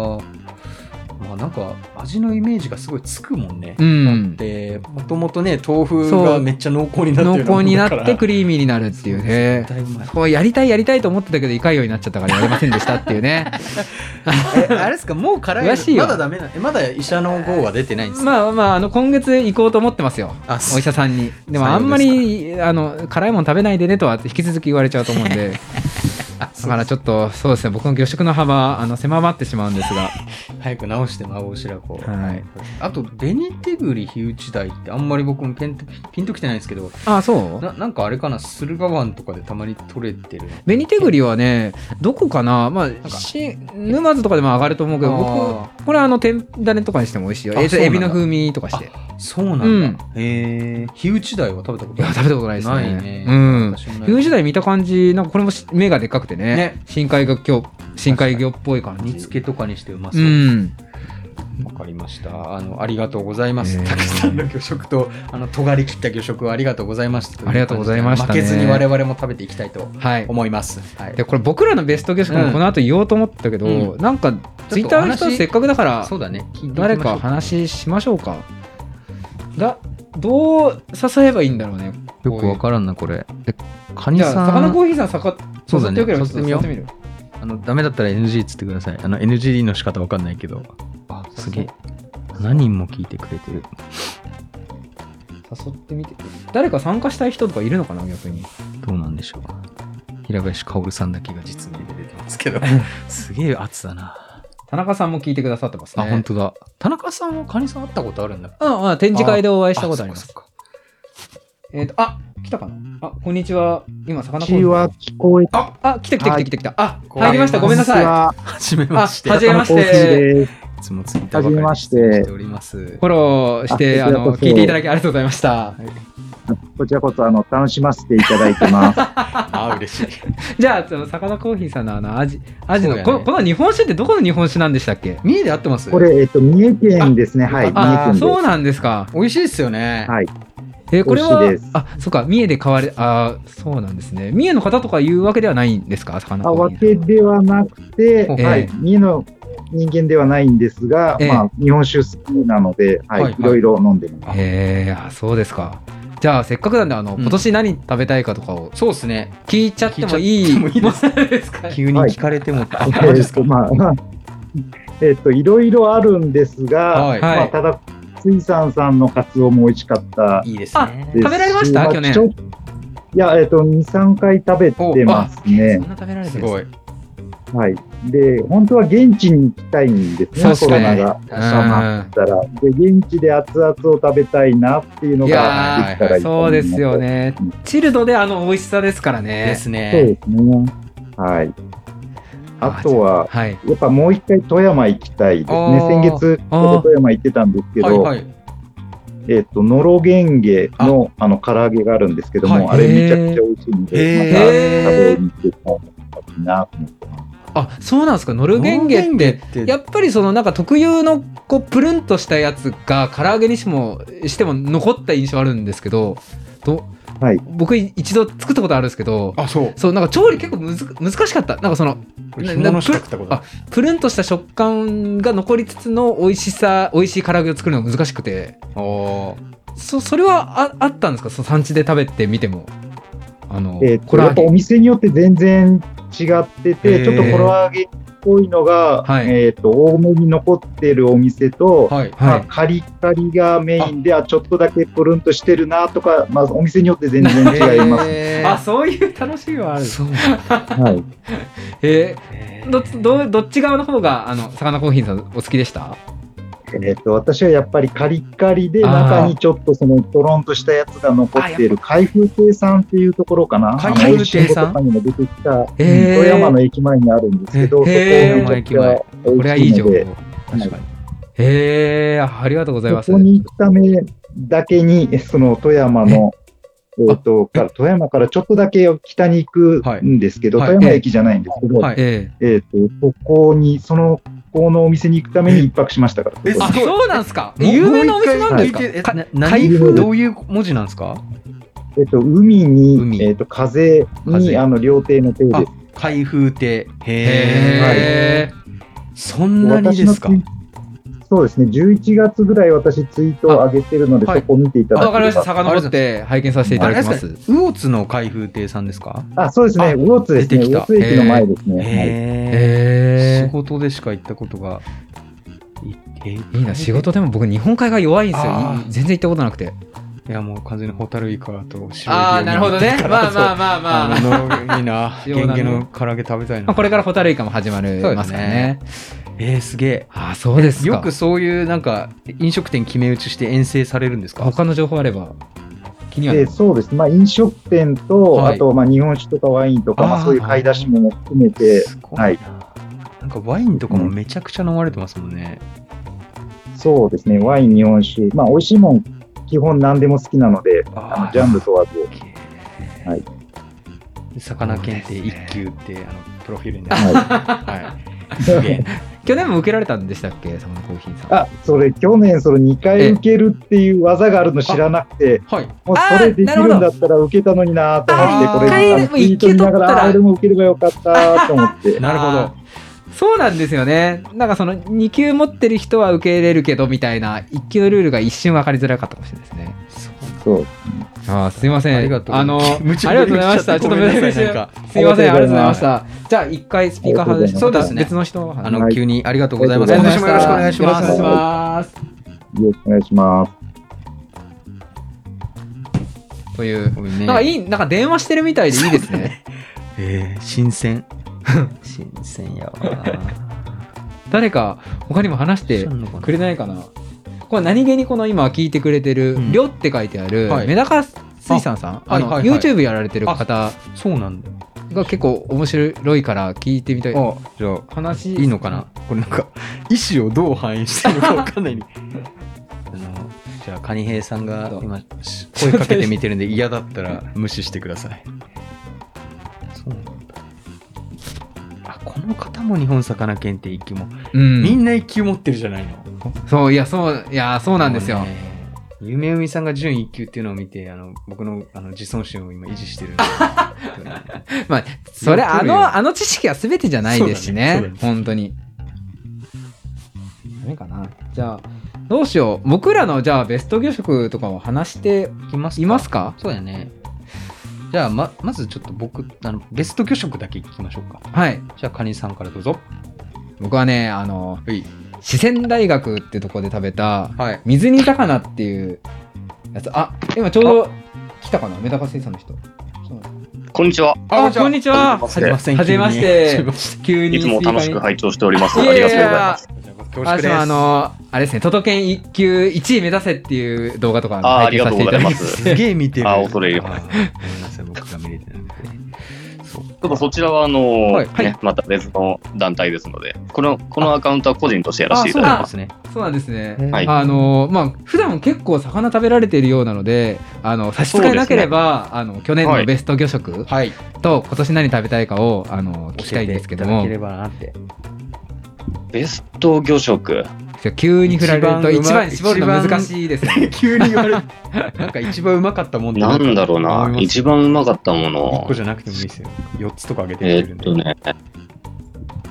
D: まあなんか味のイメージがすごいつくもんね、
C: うん
D: でもともとね豆腐
C: そ
D: が
C: う
D: めっちゃ濃厚になって
C: 濃
D: るよう
C: 厚になってク
D: る
C: リーミーになるっていう ね
D: 絶対うまい
C: こうやりたいやりたいと思ってたけど胃潰瘍になっちゃったからやりませんでしたっていう ね
D: えあれですかもう辛いの
C: らしいよ
D: まだダメなえまだ医者の号は出てないんですか、
C: まあまああの今月行こうと思ってますよ
D: あ
C: お医者さんにでも
D: さよ
C: あ
D: うですか
C: んまりあの辛いもの食べないでねとは引き続き言われちゃうと思うん でだからちょっとそうですね僕の魚食の幅あの狭まってしまうんですが
D: 早く直して孫白子
C: はい
D: あと紅手栗火打ち台ってあんまり僕もピンとピンときてないんですけど
C: あそう
D: ななんかあれかな駿河湾とかでたまに取れてる
C: 紅手栗はねどこかなまあし沼津とかでも上がると思うけど
D: あ
C: 僕これあの天だねとかにしても美味しいよ
D: あ
C: えっと
D: そうな
C: エ
D: んだ
C: ビの風味とかして
D: そうなんだ、
C: うん
D: へえ火打ち台は食べたこ
C: い
D: と
C: や食べたことないですね
D: ないね
C: うん
D: 私もない
C: 冬時代見た感じなんかこれもし目がでっかくてね
D: ね
C: 深海魚深海魚っぽい感
D: 煮
C: じ
D: 付けとかにしてうまそううわ、
C: ん
D: かりましたあのありがとうございます、
C: えー
D: たくさんの魚食とあの尖り切った魚食をありがとうございました
C: ありがとうございましたね
D: 負けずに我々も食べていきたいと
C: はい
D: 思います、はい
C: でこれ僕らのベストゲスト
D: う
C: も
D: ん
C: この後言おうと思ったけど、
D: う
C: なんかツイッターの人
D: お話
C: せっかくだから
D: そうだね聞いていきましょう
C: 誰か話しましょうかだどう誘えばいいんだろうね
D: よくわからんなこれえカニ
C: じゃあ
D: さ
C: 魚コ
D: ん
C: ーヒーさんさか
D: そうだね
C: 誘ってよければちょっと
D: 誘
C: 誘
D: っ
C: ってて
D: み
C: みる
D: あのダメだったら NG っつってくださいあの NG の仕方わかんないけどあすげえ何人も聞いてくれてる
C: 誘ってみて誰か参加したい人とかいるのかな逆に
D: どうなんでしょう平林薫さんだけが実名で出てますけどすげえ圧だな
C: 田中さんも聞いてくださってます
D: あ、
C: ね
D: 本当だ田中さんはカニさん会ったことあるんだ
C: うんうん展示会でお会いしたことあります
D: そっか
C: えっ、と、あ、来たかなあ、こんにちは。今、魚
E: 口は聞こえて
C: あ、あ、来た来た来た来た来た。あ、
D: こんばんは
C: 入りました。ごめんなさい。あ、
E: は
D: そっかはじめま
C: はじ
D: して
C: めまして。
E: です。
D: いつもツイッターばかり
E: はじめまして
D: しております
C: フォローして、あ
E: あこちら
C: の、
E: こそ
C: 聞いていただきありがとうございました。
E: こちらこそ、あの、楽しませていただい てます。
D: あ嬉 しい
C: じゃあ、その、魚コーヒーさんのあの、アジ、アジの、
D: そうだね
C: ここの日本酒ってどこの日本酒なんでしたっけ
D: 三重で会ってます
E: これ、えっと、三重県ですね。はい、三
C: あ
E: 重、県
C: そう
E: で
C: なんですか。
D: 美味しいですよね
E: す。はい。
C: えこれは
E: 美味しいです、
C: あ、そっか、三重で買われ、あそうなんですね。三重の方とかいうわけではないんですか、魚
E: あ、
C: コー
E: わ
C: ヒー
E: けではなくて、
D: ええ
E: はい、三重の人間ではないんですが、
C: ええ
E: まあ、日本酒好きなので、はい、
D: はい
E: い、ろいろ飲んでます。
C: さんへえあ、そうですか。じゃあ、せっかくなんで、あの、
D: うん
C: 今年何食べたいかとかを
D: そうですね
C: 聞いちゃってもいい
D: 聞いちゃっ
C: もうですか
D: 急に聞かれても、あマジ
E: え
D: で
E: っ
D: すか
E: と、 まあ、まあえっと、いろいろあるんですが、
D: はい
E: まあ、ただ、水産さんのカツオも美味しかった
D: いいですね
E: です
C: 食べられました
E: あ
C: 去年
E: ちょいや、えっと、2、3回食べてますね
C: そん。な食べられて
D: す
C: るんですね
D: ごい
E: はい。で、本当は現地に行きたいんです
C: そうっ
E: ね、
C: す
E: コ
C: ね
E: ロナが収まったら。で、現地で熱々を食べたいなっていうの
C: い
E: が
C: や
E: できたらいい
C: ー
E: と思
C: そう
E: いま
C: ですよ。ねチルドであの美味しさですから
D: で
C: ね
D: す
E: そう
D: ね
E: ですね。はい。あとは、
C: はい
E: やっぱもう一回富山行きたいです
D: あ
E: ね。
D: ー
E: 先月、ちょうど富山行ってたんですけ
D: はい
E: ど、
D: はい
E: えっと、ノロゲンゲのあの唐揚げがあるんですけども、
D: はい
E: あれめちゃくちゃ美味しいんで、また食べ
C: へー
E: に行ってもらいたいなと思ってます。
C: あそうなんですかノルゲンゲっ
D: ノルゲン
C: て
D: ゲって
C: やっぱりそのなんか特有のこうプルンとしたやつが唐揚げにしもしても残った印象あるんですけどと、
E: はい
C: 僕一度作ったことあるんですけど
D: あそう
C: そうなんか調理結構むず難しかったなんかその
D: これ干物しか食ったことない
C: プルンとした食感が残りつつの美味しさ美味しい唐揚げを作るのが難しくて
D: お
C: そそれはああったんですかその産地で食べてみてもあの、
E: えー、
C: コ
E: これ
C: ラー
E: やっぱ
C: ゲ
E: お
C: ン
E: 店によって全然違って
D: へー
E: て、ちょっとコラーゲンっぽいのが、
C: はい
E: えっ、と、多めに残ってるお店と、
D: はい
E: ま
C: は
E: あ、
C: い
E: カリカリがメインで、あ、ちょっとだけプルンとしてるなとか、まあ、お店によって全然違います。
D: え
C: あそういう楽しみはある
D: そう
E: はい。
C: えー、どっちどどっち側の方があの魚コーヒーさんお好きでした
E: えっ、と、私はやっぱりカリカリで、中にちょっとそのトロンとしたやつが残っている、開封亭さんっていうところかな。
D: 開
C: 封亭さん
E: あの美味しいこととかにも出てきた、うん
C: へー
E: 富山の駅前にあるんですけど、そこ
C: へー
E: めちゃくちゃ美味しいので
C: これはいい情報
E: はい
D: 確かに
C: えー、あありがとうございます
E: そこに行くためだけに、えその富山の、えー、とから富山からちょっとだけ北に行くんですけど、
D: はい
E: 富山駅じゃないんですけど、
D: はい
C: え
E: えー、とそこに、そのこのお店に行くために一泊しましたから。
F: え
C: あ
F: すごい
C: そうなんですか有名なお店なんですか
D: もう一回え
C: か
D: な
C: 開
D: 何
C: 封
D: どういう文字なんですか
E: えっと、海に、
D: 海
E: えっと、風に、
D: 風
E: あの、料亭の亭で
D: あ開封亭。
C: へ
D: へえ。そんなにですか
E: 私のツイそうですね、11月ぐらい私ツイートを上げてるので、
D: あはい
E: そこ見ていただ
C: あ
E: けれ
C: わ
E: ば。
C: かりました
D: あり
C: 遡
D: がとうございま
C: っ
D: す
C: て拝見させていただきます
D: あれですかね魚津の開封亭さんですか
E: あ、そうですね、
D: あ
E: 魚津です
D: 出
E: ね、
D: てきた
E: 魚津駅の前です
D: へ
E: ね。
C: へ
D: え。仕事でしか行ったことが。いえ
C: えいいな仕事でも僕日本海が弱いんですよ
D: あー
C: 全然行ったことなくて
D: いやもう完全にホタルイカと白エビを見て
C: ああなるほどね まあまあまあまあ
D: あのい いな
C: 塩な
D: ゲ
C: の
D: ンゲの唐揚げ食べたい
C: ま
D: な
C: あこれからホタルイカも始まりますからね
D: えー、すげえ
C: ああそうですか
D: よくそういうなんか飲食店決め打ちして遠征されるんですか
C: 他の情報あれば気にはな
E: で
C: る
E: そうですね、まあ、飲食店と、
D: はい
E: あと、まあ、日本酒とかワインとか、ま
D: あ
E: あ、
D: ー
E: そういう買い出しも含めて、
D: すごいな、
E: はい
D: なんかワインとかもめちゃくちゃ飲まれてますもんね、
E: そうですね、ワイン、日本酒、まあ、美味しいもん、基本何でも好きなので、あ
D: あ
E: のジャンル問わず。
D: ー
E: はい
D: で魚検定一級って、あのプロフィールになる
E: は
D: はい、すげえ
C: 去年も受けられたんでしたっけそのコーヒー
E: い、
C: さん
E: あそれ、去年、それ2
C: ええ
E: 回受けるっていう技があるの知らなくて、
D: はい
E: もう
C: あー
E: それできるんだったら受けたのになーと
D: あ
E: 思
D: ー
E: って、こ
D: 一
C: でも
D: 回
E: れ、あのツイート見
C: 一回取っ
E: なが
C: たら
E: ら、あれも受ければよかったーと思 って。
D: なるほ
C: あーそうなんですよねなんかその2級持ってる人は受け入れるけどみたいな1級のルールが一瞬分かりづらかったかもしれないですね
E: そう
C: あーすいません
D: ありがとう
C: あのーあ
D: 無
C: り
D: 茶
C: がとうございましたちょっと無駄
D: ぶり
C: 口
D: しちゃってごめんなさいなんか
C: すいませんありがとうございましたじゃあ一回スピーカー外して
E: そう
D: ですね
C: 別の人を
D: あ
C: 話
D: の、
E: はい
D: 急にありがとうございます。
E: あり
D: 今
E: が
D: 年
E: とう
D: もよろしく
E: ございまし
D: お
E: た
C: よろ
D: 願いしま
C: しくお。願
D: す
C: いします
E: よろしくお願いします。
C: という
D: これね
C: なんかいいなんか電話してるみたいでいいです ね
D: えー新 鮮。新鮮やわ。
C: 誰か他にも話してくれないかなこれ何気にこの今聞いてくれてる
D: う
C: 「
D: ん
C: りょ」って書いてある
D: はい
C: メダカ水産さんあの
D: はいはいはい
C: YouTube やられてる方
D: そうなんだよ。
C: が結構面白いから聞いてみたい
D: あ、じゃあ、
C: 話
D: いいのかなこれなんか、意思をどう反映してるのかわかん ないに。あの、じゃあ、カニヘイさんが今、し声かけてみてるん で、嫌だったら無視してください。そうなんだ。あ、この方も日本魚検定一級も。
C: うん
D: みんな一級持ってるじゃないの。
C: そういやそういやそうなんですよ
D: もうね。夢海さんが準一級っていうのを見て、あの僕のあの自尊心を今維持して るんで。
C: まあそれ
D: よ
C: あ
D: く見るよ
C: のあの知識は全てじゃないですし
D: そうだ
C: ね
D: ねそうだ
C: 本当にダメかなじゃあどうしよう僕らのじゃあベスト魚食とかを話して
D: いますか
C: いますか
D: そうだね。じゃあままずちょっと僕あのベスト魚食だけ聞きましょうか。
C: はい
D: じゃあカニさんからどうぞ。
C: 僕はねあの
D: はい。
C: 四川大学ってとこで食べた
D: はい。
C: 水煮魚っていうやつあ今ちょうど来たかなメダカ水産の人
G: こんにちは。
C: あこんにちは
G: は
D: じめません。
C: はじめまして
D: 急にはじめまして
C: 急に
G: いつも楽しく
C: 入
G: 拝聴しております。
C: い
G: あ
C: やい
G: り
C: や
G: が
C: い
G: とうございます。
C: や
D: 恐縮
C: あ
D: で
C: そ
D: す
C: うあのあれですね「都道県一級1位目指せ」っていう動画とか
G: あ
C: 拝
G: ー
C: 見させていただきます
G: あ
D: すげえ見てる。
G: あ恐れ入りま
D: あーごめんなさい、僕が見れてなくて。そう
G: ちょっとそちらは、あのー
D: はいはい
G: ね、また別の団体ですので、この、このアカウントは個人としてやらせていただき
D: なん
G: ま。
D: ですすね。
C: そうなんですね、
G: はい
C: あのまあ普段結構魚食べられているようなのであの差し支えなければ、あの去年
G: は
C: の
G: い
C: ベスト魚食
D: はい。
C: と今年何食べたいかをあの聞きたいんですけども
D: 教えていただければなって。
G: ベスト魚食。
C: 急に振られると
D: 一番
C: 一
D: うま
C: 番に絞るの難しいですね
D: 急に言われる。 なんか一番うまかったもんって
G: なんだろうな。
D: 一
G: 一番うまかったも
D: 1
G: の
D: 個。じゃなくてもいいですよ。4つとかあげてく
G: え
D: れ
G: ー
D: るん
G: っ
D: で。
G: とね。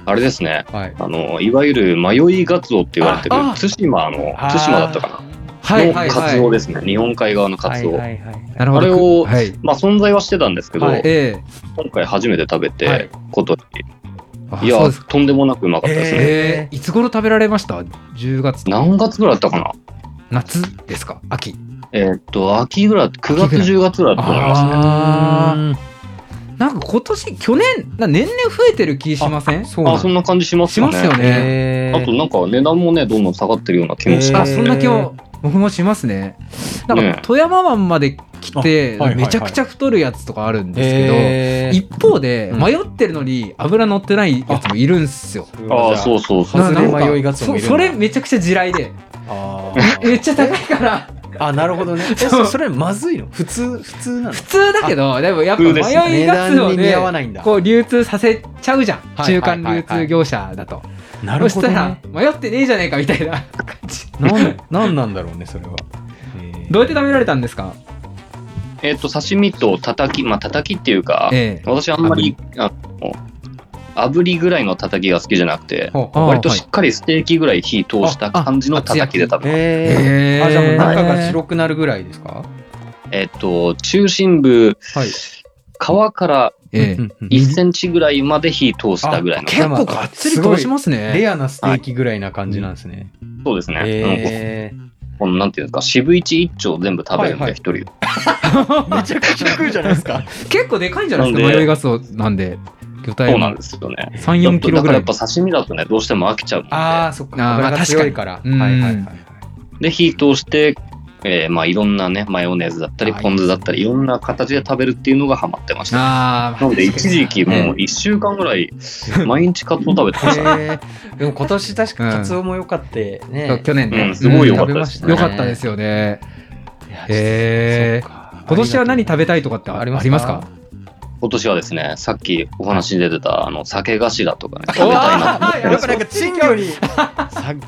G: あれですね。
D: はい。
G: あの、いわゆる迷いガツオって言われてる
D: ああ、
G: 対馬の、
D: あー
G: 対馬だったか
C: は
G: な。
C: い
G: の
C: はい
G: カ
C: は
G: ツオ
C: い
G: ですね。日本海側のカツオ。
D: いはい
C: なるほど
G: あれを
C: はい
G: まあ存在はしてたんですけど、
D: はい
C: え
G: 今回初めて食べて、
D: はい
G: ことに
C: えあ
G: い
C: そう
G: や
C: ですか
G: とんでもなくうまかったですね、
C: ええいつ頃食べられました10月とか
G: 何月ぐらいだったかな
C: 夏ですか秋
G: えーっと秋ぐらい9月
C: 秋
G: 10月ぐらいだったと思いますね
C: あー
D: うん
C: なんか今年去年な年々増えてる気しません
D: そう
G: あ
D: なんだ
G: そんな感じします
C: し
G: か
C: ま
G: ね
C: すよね
D: へー
G: あとなんか値段もねどんどん下がってるような気もしま
C: あ
G: す、
C: そんな気も僕もしますねなんか
G: ね
C: 富山湾まで来て
D: あはいはいはい
C: めちゃくちゃ太るやつとかあるんですけど、
D: へー
C: 一方で
D: うん。
C: 迷ってるのに油乗ってないやつもいるんすよ。
G: ああそううそうそう
D: 外れ
C: なんか
D: 迷いがつもいる
C: そ
D: んだ
C: そ れめちゃくちゃ地雷 で
D: あ
C: めっちゃ高いから
D: ー あ、なるほどね。え
C: そう
D: そそれまずいの普通、普通なの
C: 普通だけどでもやっぱ
G: 普通ですね
C: 迷い
D: 値
C: ガ
D: 段
C: ツオ
D: に見
C: で
D: 合わないんだ。
C: こう流通させちゃうじゃん
D: はい
C: 中間流通業者だと。
D: なるほど、
C: そしたら
D: ね。
C: 迷ってねえじゃねえかみたいな 感じ
D: なん、なんなんだろうね、それは。えー
C: どうやって食べられたんですか
G: えっ、と、刺身と叩き、まあ、叩きっていうか、
C: ええ
G: 私あんまり、あの、炙りぐらいの叩きが好きじゃなくて、
D: ほう
C: あ
G: 割としっかりステーキぐらい火通した感じの叩きで食べます。
D: え
C: え
D: ー、あ、じゃあもう中が白くなるぐらいですか
G: えっ、と、中心部、
D: はい
G: 皮から
C: え
D: うんうん
G: 1センチぐらいまで火通したぐらいの。
C: 結構がっつり通しますね
D: レアなステーキぐらいな感じなんですね。
G: そうですね。うん
D: えー
G: このなんていうんですか、渋一一丁全部食べるん
D: はいは
G: で、
D: い
G: 一人で。
D: めちゃくちゃ食うじゃないで すか。
C: 結構でかいんじゃないです
G: な
C: か
G: んで
C: 迷いガスをなんで魚体
G: そう
C: も
G: なんですよね。
C: 34キロ
G: だ
C: ぐら
G: からやっ
C: い
G: ぱ刺身だとね、どうしても飽きちゃうので。
D: ああ、そっか。
C: あーま
D: 油
C: あ
D: が強いから。
C: 確かに
D: はいはいは
C: う
D: い
C: ん
D: はい。
G: で、火通して、えーまあ、いろんなね、マヨネーズだったり、
C: あー
G: ポン酢だったり、いろんな形で食べるっていうのがハマってました。
C: あー
G: なので、一時期
C: え
G: もう
C: え
G: 1週間ぐ らい、毎日カツオ食べてました。
D: えーでも今年確かカツオも良かってね、
C: そう去年ね、
G: うんすごい良かった
C: 食べましたね良かったですよねえー今
D: 今
C: 年は何食べたいとかってあ
D: あ
C: り
D: り
C: ま
D: ますす
C: か
D: か
G: 今年はですね、さっきお話に出てた、あの、酒頭とかね、食べたいなと思って
C: あー
D: やっぱなんか珍魚にさ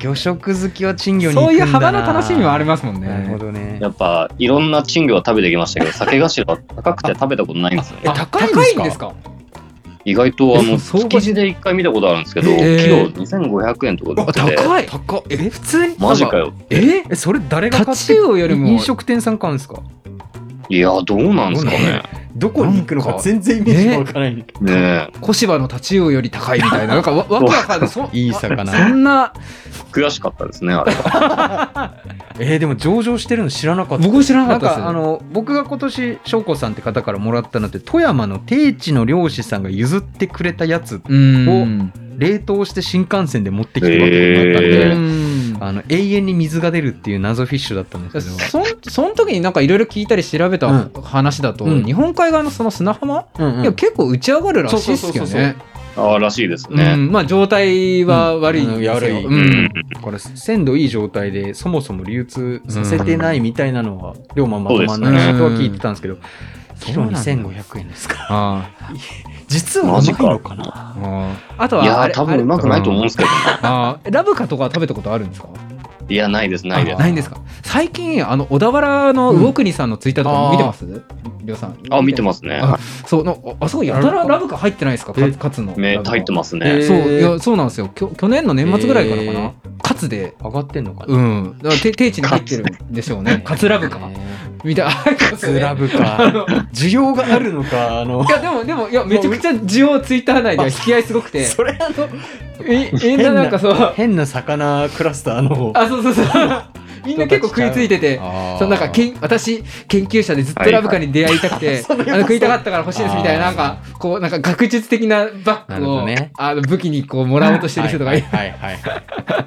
D: 魚食好きは珍魚に行
C: そ
D: く
C: うんい
D: だ
C: う
D: な
C: 幅の楽しみはありますもん
D: なるほ
C: ね
D: どね
G: やっぱ、いろんな珍魚は食べてきましたけど、酒頭は高くて食べたことないんですよね。
C: あ高いんですか
G: 意外と、あ
C: え
G: の、
C: そう
G: 築地で一回見たことあるんですけど、
C: え
G: キ
C: え
G: ロ2500円とかで売
C: あ
G: ってて、
C: 高い高いえ普通に
G: マジかよ。
C: え
D: えそれ誰が買っ
C: タチ
D: て
C: ウオよりも
D: 飲食店さん買うんですか
G: いや、どうなんですかね。
D: どこに行くのか全然イかないんだけど
G: ねえ
C: 小芝のタチウオより高いみたい ななんかわわけわかんないそ
D: いい魚
C: そんな
G: 悔しかったですね、あれは。
D: えーでも上場してるの知らなかった
C: 僕知らなか
D: な
C: っ
D: ん
C: たです
D: かあの僕が今年翔子さんって方からもらったのって富山の定地の漁師さんが譲ってくれたやつ
C: うーん
D: 冷凍して新幹線で持ってきてもらったの
G: へ
D: で
G: え、
C: うん
D: あの永遠に水が出るっていう謎フィッシュだったんですけど
C: そんその時になんかいろいろ聞いたり調べた
D: う
C: 話だと、
D: うん
C: 日本海側のその砂浜、
D: うんうん
C: いや結構打ち上がるらしいですけど
D: そうそうそうそう
C: ね
G: ああ、らしいです
C: う
G: ね。
C: んまあ状態は悪いんですよ、
D: うん悪い
C: うん
G: うん。
D: だから鮮度いい状態でそもそも流通させてないみたいなのは龍馬まとまんないなとは聞いてたんですけどキロ2500円ですか
C: あ
D: 実はうまいのかな
C: ああと
G: い
C: は
G: や
C: あ
G: ー、
C: れ
G: 多
C: あ
G: 分
C: れ
G: うまくないと思うんですけどね。
C: あーラブカとかは食べたことあるんですか
G: いや、ないです、ないで
C: あ
G: す。
C: ないんですか最近あの小田原の魚国さんのツイッターとか見てます、りょうさん
G: あ、見てますね。
C: あそうなあそうやたらラブカ入ってないですか
D: え
C: カツの
G: 目
C: ラブカ
G: 入ってます
D: え
G: ね。
D: ー
C: そういやそうなんですよきょ去年の年末ぐらいからかな、
D: え
C: カツで
D: 上がってんのかな
C: うんだからて定地に入ってるんでしょうねカツラブかみたいなカ
D: カツラブ
C: あの
D: か
C: い
D: 需要があるのかあの
C: やでもでもいやめちゃくちゃ需要ツイッター内では引き合いすごくて
D: それあの
C: みみんななんかそう
D: 変な魚クラスターの
C: あそうそう そうみんな結構食いついててそ
D: そ
C: のなんかけん私研究者でずっとラブカに出会いたく て、
D: はいはい
C: あの食いたかったから欲しいですみたいなな
D: あ
C: ん
D: ー
C: かこうなんか学術的なバッグ
D: なるほ
C: を、
D: どね
C: あの武器にこうもらおうとしてる人とか
D: はいい
C: る
D: はいはいはい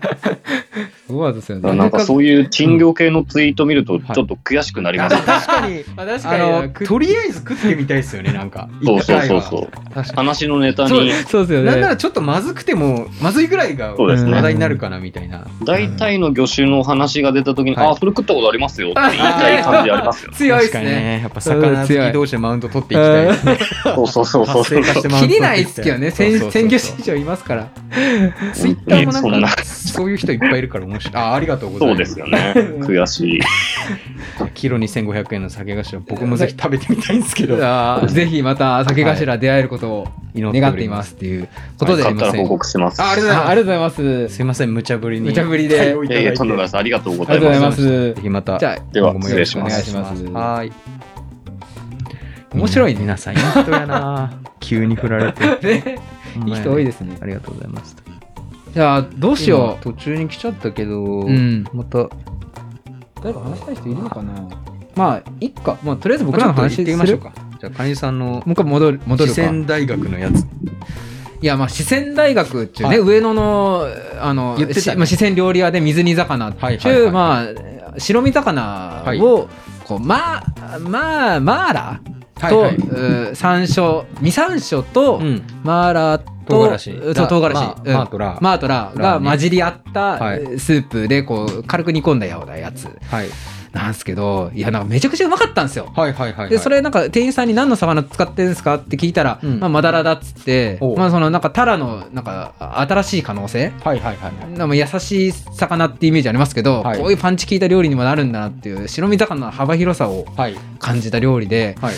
C: そうなんですよ
G: だからなんかそういう珍魚系のツイート見ると、
D: ん
G: ちょっと悔しくなりますね。
D: 確かに
C: あ確か
D: あ
C: に
D: の
C: 食
D: とりあえず食ってみたいですよねなんか
G: そう
D: 一
G: そう
D: 回
G: そう
D: は
G: そう。
D: 確か
G: 話のネタ
C: そう
G: に、
C: そうですよ
D: になんな
C: ね
D: らちょっとまずくてもまずいぐらいが
G: そうですね
D: 話題になるかなみたいな
G: 大体の魚種の話が出た時に、
D: はい
G: あ、それ食ったことありますよって言いたい感じありますよ ね。
C: 強いで
D: 確
C: す
D: かに
C: ね
D: ねやっぱ魚好き同士でマウント取っていきたいですね
G: そうそうそうそう。
D: 活性化してマウン
C: 切り
D: ト取
C: な
D: って
C: いで
D: いき
C: す
D: た
C: けどね
D: そう
C: 専
D: そうそう
C: 専業主義者いますから
D: ツイッターも
G: そん
D: なん
G: な
D: かそういう人いっぱいいるから面白いあありがとうござい
G: そ
D: ま
G: う
D: す
G: です よね。悔しい。
D: キロ2500円の酒頭僕もぜひ食べてみ たいんですけど
C: あーぜひまた酒頭出会えることを願っていますっていうことであ
G: 買
C: り
G: ったら
C: ません、
G: 報告します。
C: あありがとうございますありがとうございます
D: すいません無茶ぶりに
C: 無茶ぶりで
D: 対応いただ
G: え
D: い
G: い
D: て
G: え、とんでもないです。ありがとうご
C: あ
G: ざ
C: り
G: い
C: がとうござい
G: ま。
C: ますす
D: ぜひまた
C: じゃ
G: では、
D: 今後も
G: 失
D: よ
G: 礼
D: ろ
G: し
D: く
G: ま
C: お願い
G: す。
C: します
D: はーい
C: 面白いね
D: 皆さんいい人やな 急に振られ
C: あ、
D: て
C: ね、いい人多いですすね
D: ありがとうございます
C: じゃあどうしよ
D: 今途中に来ちゃったけど、
C: ううん
D: また
C: 誰か話したい人いるのかなまあいっか、まあ、とりあえず僕らの
D: まあ
C: 話
D: ちょっと行ってみ
C: み
D: ましょうかじゃあかにさんの
C: もう一回戻る戻る
D: 四
C: か
D: 川大学のやつ
C: いやまあ四川大学っていうね、
D: はい
C: 上野のあの、
D: 言ってたね
C: しまあ、四川料理屋で水煮魚っていう、
D: はいはいはい
C: まあ白身魚を、
D: はい
C: こうまあまあマーラーと、
D: はいはいう
C: ー山椒二山椒と、
D: ん
C: マーラーと
D: 唐辛子
C: うんそう唐辛子、
D: まあ
C: うん
D: マートラー
C: マートラー
D: ラ
C: が
D: ーね
C: 混じり合った
D: はい
C: えースープでこう軽く煮込んだようなやつ
D: はい
C: なんですけどいやなんかめちゃくちゃうまかったんですよ
D: はいはいはい、はい。
C: でそれなんか店員さんに何の魚使ってんですかって聞いたら、
D: うん
C: まあ、マダラだっつって
D: おう
C: まあそのなんかタラのなんか新しい可能性
D: はいはいはいはい。
C: なんか優しい魚ってイメージありますけど、
D: はい
C: こういうパンチ効いた料理にもなるんだなっていう白身魚の幅広さを
D: はい。
C: 感じた料理で
D: はい。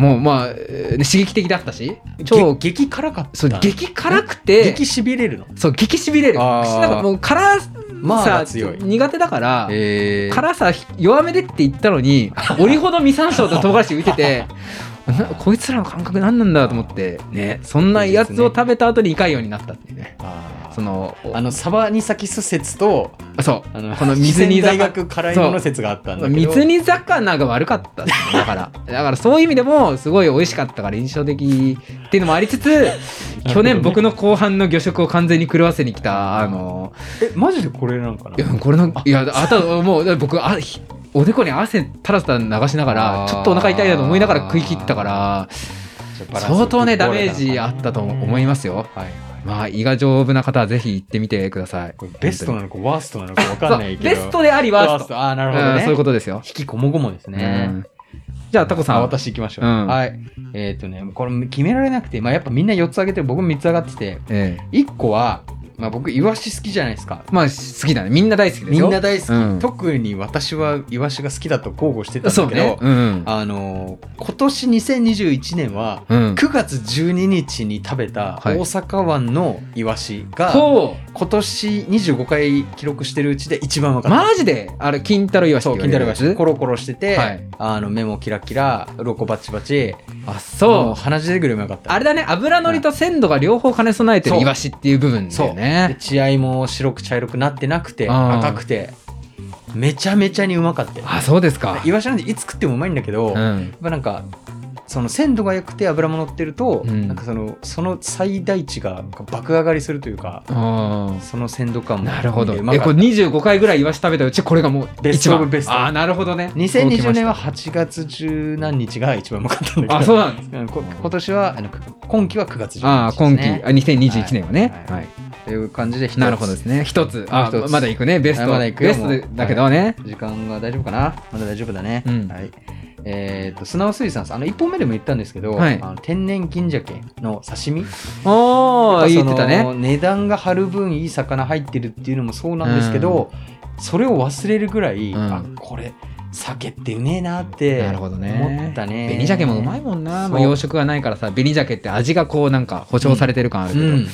C: もうまあ、えー刺激的だったし超
D: げ激辛かった。
C: そう激辛くて
D: 激しびれるの。
C: そう激しびれる
D: あー
C: なんかもう辛さ、
D: まあが強い
C: 苦手だから、
D: え
C: 辛さ弱めでって言ったのに折ほど実山椒と唐辛子浮いてて なこいつらの感覚何なんだと思ってねそんなやつを食べた後に胃潰瘍になったっていうね
D: あ
C: その
D: あのサバニサキス説と
C: そう
D: あの
C: この水煮
D: 四川大
C: 魚
D: 学辛いもの説があったんだけど
C: 水煮魚が悪かったっす ねだからだからそういう意味でもすごい美味しかったから印象的っていうのもあり つつ去年僕の後半の魚食を完全に狂わせに来たあの
D: えマジでこれなんかない
C: やこれのいやあともうだから僕あひおでこに汗たらたら流しながら
D: あー
C: ちょっとお腹痛いなと思いながら食い切ったから相当ねダメージあったと思思いますよ
D: はい
C: まあ胃が丈夫な方はぜひ行ってみてください
D: これベストなのかワーストなのかわかんないけど
C: そうベストでありワースト
D: ああなるほ
C: う
D: ど
C: ん
D: ね
C: そういうことですよ、
D: 引きこもごもですね、
C: うんじゃあタコさ
D: さあ
C: ん
D: 私行きましょう、
C: うん
D: はいえっ、とねこれ決められなくて、まあ、やっぱみんな4つ上げてる僕も3つ上がってて
C: ええ
D: 1個は、まあ、僕イワシ好きじゃないですか
C: まあ好きだねみんな大好きです
D: み
C: よ
D: んな大好き、
C: うん
D: 特に私はイワシが好きだと豪語してたん
C: そ
D: だ
C: う
D: けど、
C: ねうん
D: あのー今年2021年は
C: うん
D: 9月12日に食べた
C: はい
D: 大阪湾のイワシが、
C: ほ
D: 今年25回記録してるうちで一番分
C: う
D: かった。
C: マジであれ金太郎岩
D: そう、金太郎がコロコロしてて、
C: はい
D: あの目もキラキラ、鱗バチバチ、
C: あ
D: もう
C: そう
D: 鼻血出てくるようになかった。
C: あれだね油のりと鮮度が両方兼ね備えてる
D: そう
C: イワシっていう部分だよ
D: で
C: ね
D: 血合いも白く茶色くなってなくて、
C: あー
D: 赤くて、めちゃめちゃにうまかったよ。
C: あそうですか
D: イワシなんていつ食ってもうまいんだけど、
C: う
D: やっ
C: ん
D: ぱなんか、その鮮度が良くて脂も乗ってると、
C: うん
D: なんかそのその最大値がなんか爆上がりするというか、
C: あー
D: その鮮度感も
C: なるほど
D: う
C: え
D: まかっ
C: こ
D: た
C: れ25回ぐらいイワシ食べたうちこれがもう
D: ベス
C: 一
D: トオブ
C: 番
D: ベスト
C: ああなるほどね
D: 2020年は
C: そうき
D: 8月十何日が一番うまかったん
C: ました
D: だ
C: あ
D: け
C: そ
D: ど
C: うなんです
D: うんこ今年はあのく今期は9月
C: ああ
D: 10日
C: 今
D: で
C: 期
D: す、ね、
C: あ2021年はね
D: はい
C: はい
D: という感じで一つ
C: なるほどですね一つあ
D: 一つ
C: まだいくねベス
D: あ
C: ト
D: まだ行くよ
C: ベストでだけどね
D: 時間が大丈夫かなまだ大丈夫だね、
C: うん
D: はいえー、と砂尾水産さんあの1本目でも言ったんですけど、
C: はい
D: あの天然銀鮭の刺身
C: おお
D: や
C: 言
D: っ
C: って
D: ぱ
C: た
D: その
C: ね
D: 値段が張る分いい魚入ってるっていうのもそうなんですけど、それを忘れるぐらい、
C: うん
D: あこれ鮭ってうめえなって
C: なるほどね
D: 思ったね
C: 紅鮭もうまいもんな、
D: そう
C: まあ、養殖がないからさ紅鮭って味がこうなんか保証されてる感あるけど、
D: うん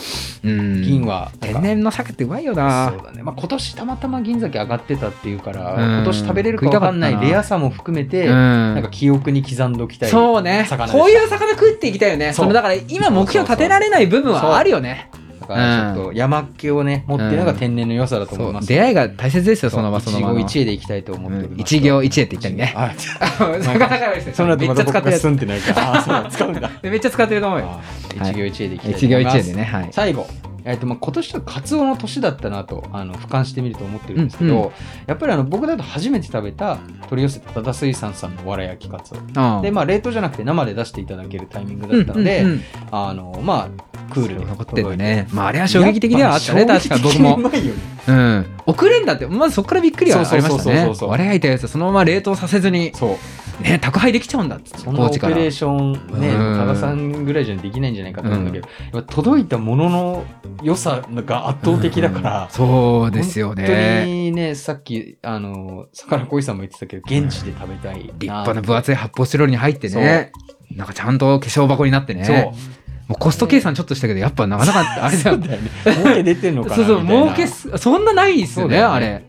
C: うん
D: 銀は
C: 天然の鮭ってうまいよな
D: そうだね、まあ、今年たまたま銀鮭上がってたっていうから、
C: うん
D: 今年食べれるか分かんな
C: 食いたかった
D: い
C: な
D: レアさも含めて、
C: うん
D: なんか記憶に刻んどきたい
C: そうね
D: 魚でした
C: こういう魚食っていきたいよね
D: そ
C: そうのだから今目標立てられない部分はあるよね
D: だからちょっと山っ気をね持ってるのが天然の良さだと思い
C: そ
D: ま
C: う
D: す、
C: 出会いが大切ですよ
D: そう
C: その場その場の
D: 一期一会でいきたいと思っており
C: う
D: ま
C: ん
D: す
C: 一行一会って言ったりね
D: はい
C: 魚仲良いですね
D: その後
C: め
D: ま
C: っち
D: た
C: ゃ使
D: 僕
C: ってる
D: が
C: や
D: すんってなるからあーそう 使うんだ
C: つめっちゃ使ってると思うよ
D: あ
C: は
D: ー
C: い
D: 一行一会でいきたいと
C: 一
D: 思
C: 行
D: い
C: 一
D: ます
C: 会でねはい
D: 最後、えーとまあ、今年はカツオの年だったなとあの俯瞰してみると思ってるんですけど、
C: うんう
D: やっぱりあの僕だと初めて食べた取り寄せた多田水産さんのわら焼きカツオ
C: うん
D: でまあ冷凍じゃなくて生で出していただけるタイミングだったので、
C: うんうんうん
D: あのまあクールに
C: 残ってんだねまああれは衝撃的ではあったね
D: やぱ
C: 確かに僕も
D: 衝撃的にうまいよね
C: うん、遅れんだってまずそこからびっくりはありました
D: そうそうそうそ
C: ね
D: うそう
C: 我がいたやつはそのまま冷凍させずに、
D: そう
C: ね、宅配できちゃうんだっつって
D: そんな
C: 高
D: オ
C: 知か
D: ペ
C: ら
D: レーションね
C: うん
D: 多田さんぐらいじゃできないんじゃないかと思うんだけど、やっぱ届いたものの良さが圧倒的だから、
C: うんそうですよ
D: 本当
C: ね
D: にね、さっき、あの、魚恋さんも言ってたけど、現地で食べたいな。
C: 立派な分厚い発泡スチロールに入ってねなんかちゃんと化粧箱になってね
D: そう。
C: もうコスト計算ちょっとしたけどやっぱなかなかあれだ
D: そ
C: よ
D: うだよね。儲け出てんのかな
C: そうそう
D: みたいな
C: 儲けすそんなないですよね
D: そう
C: あ
D: だよ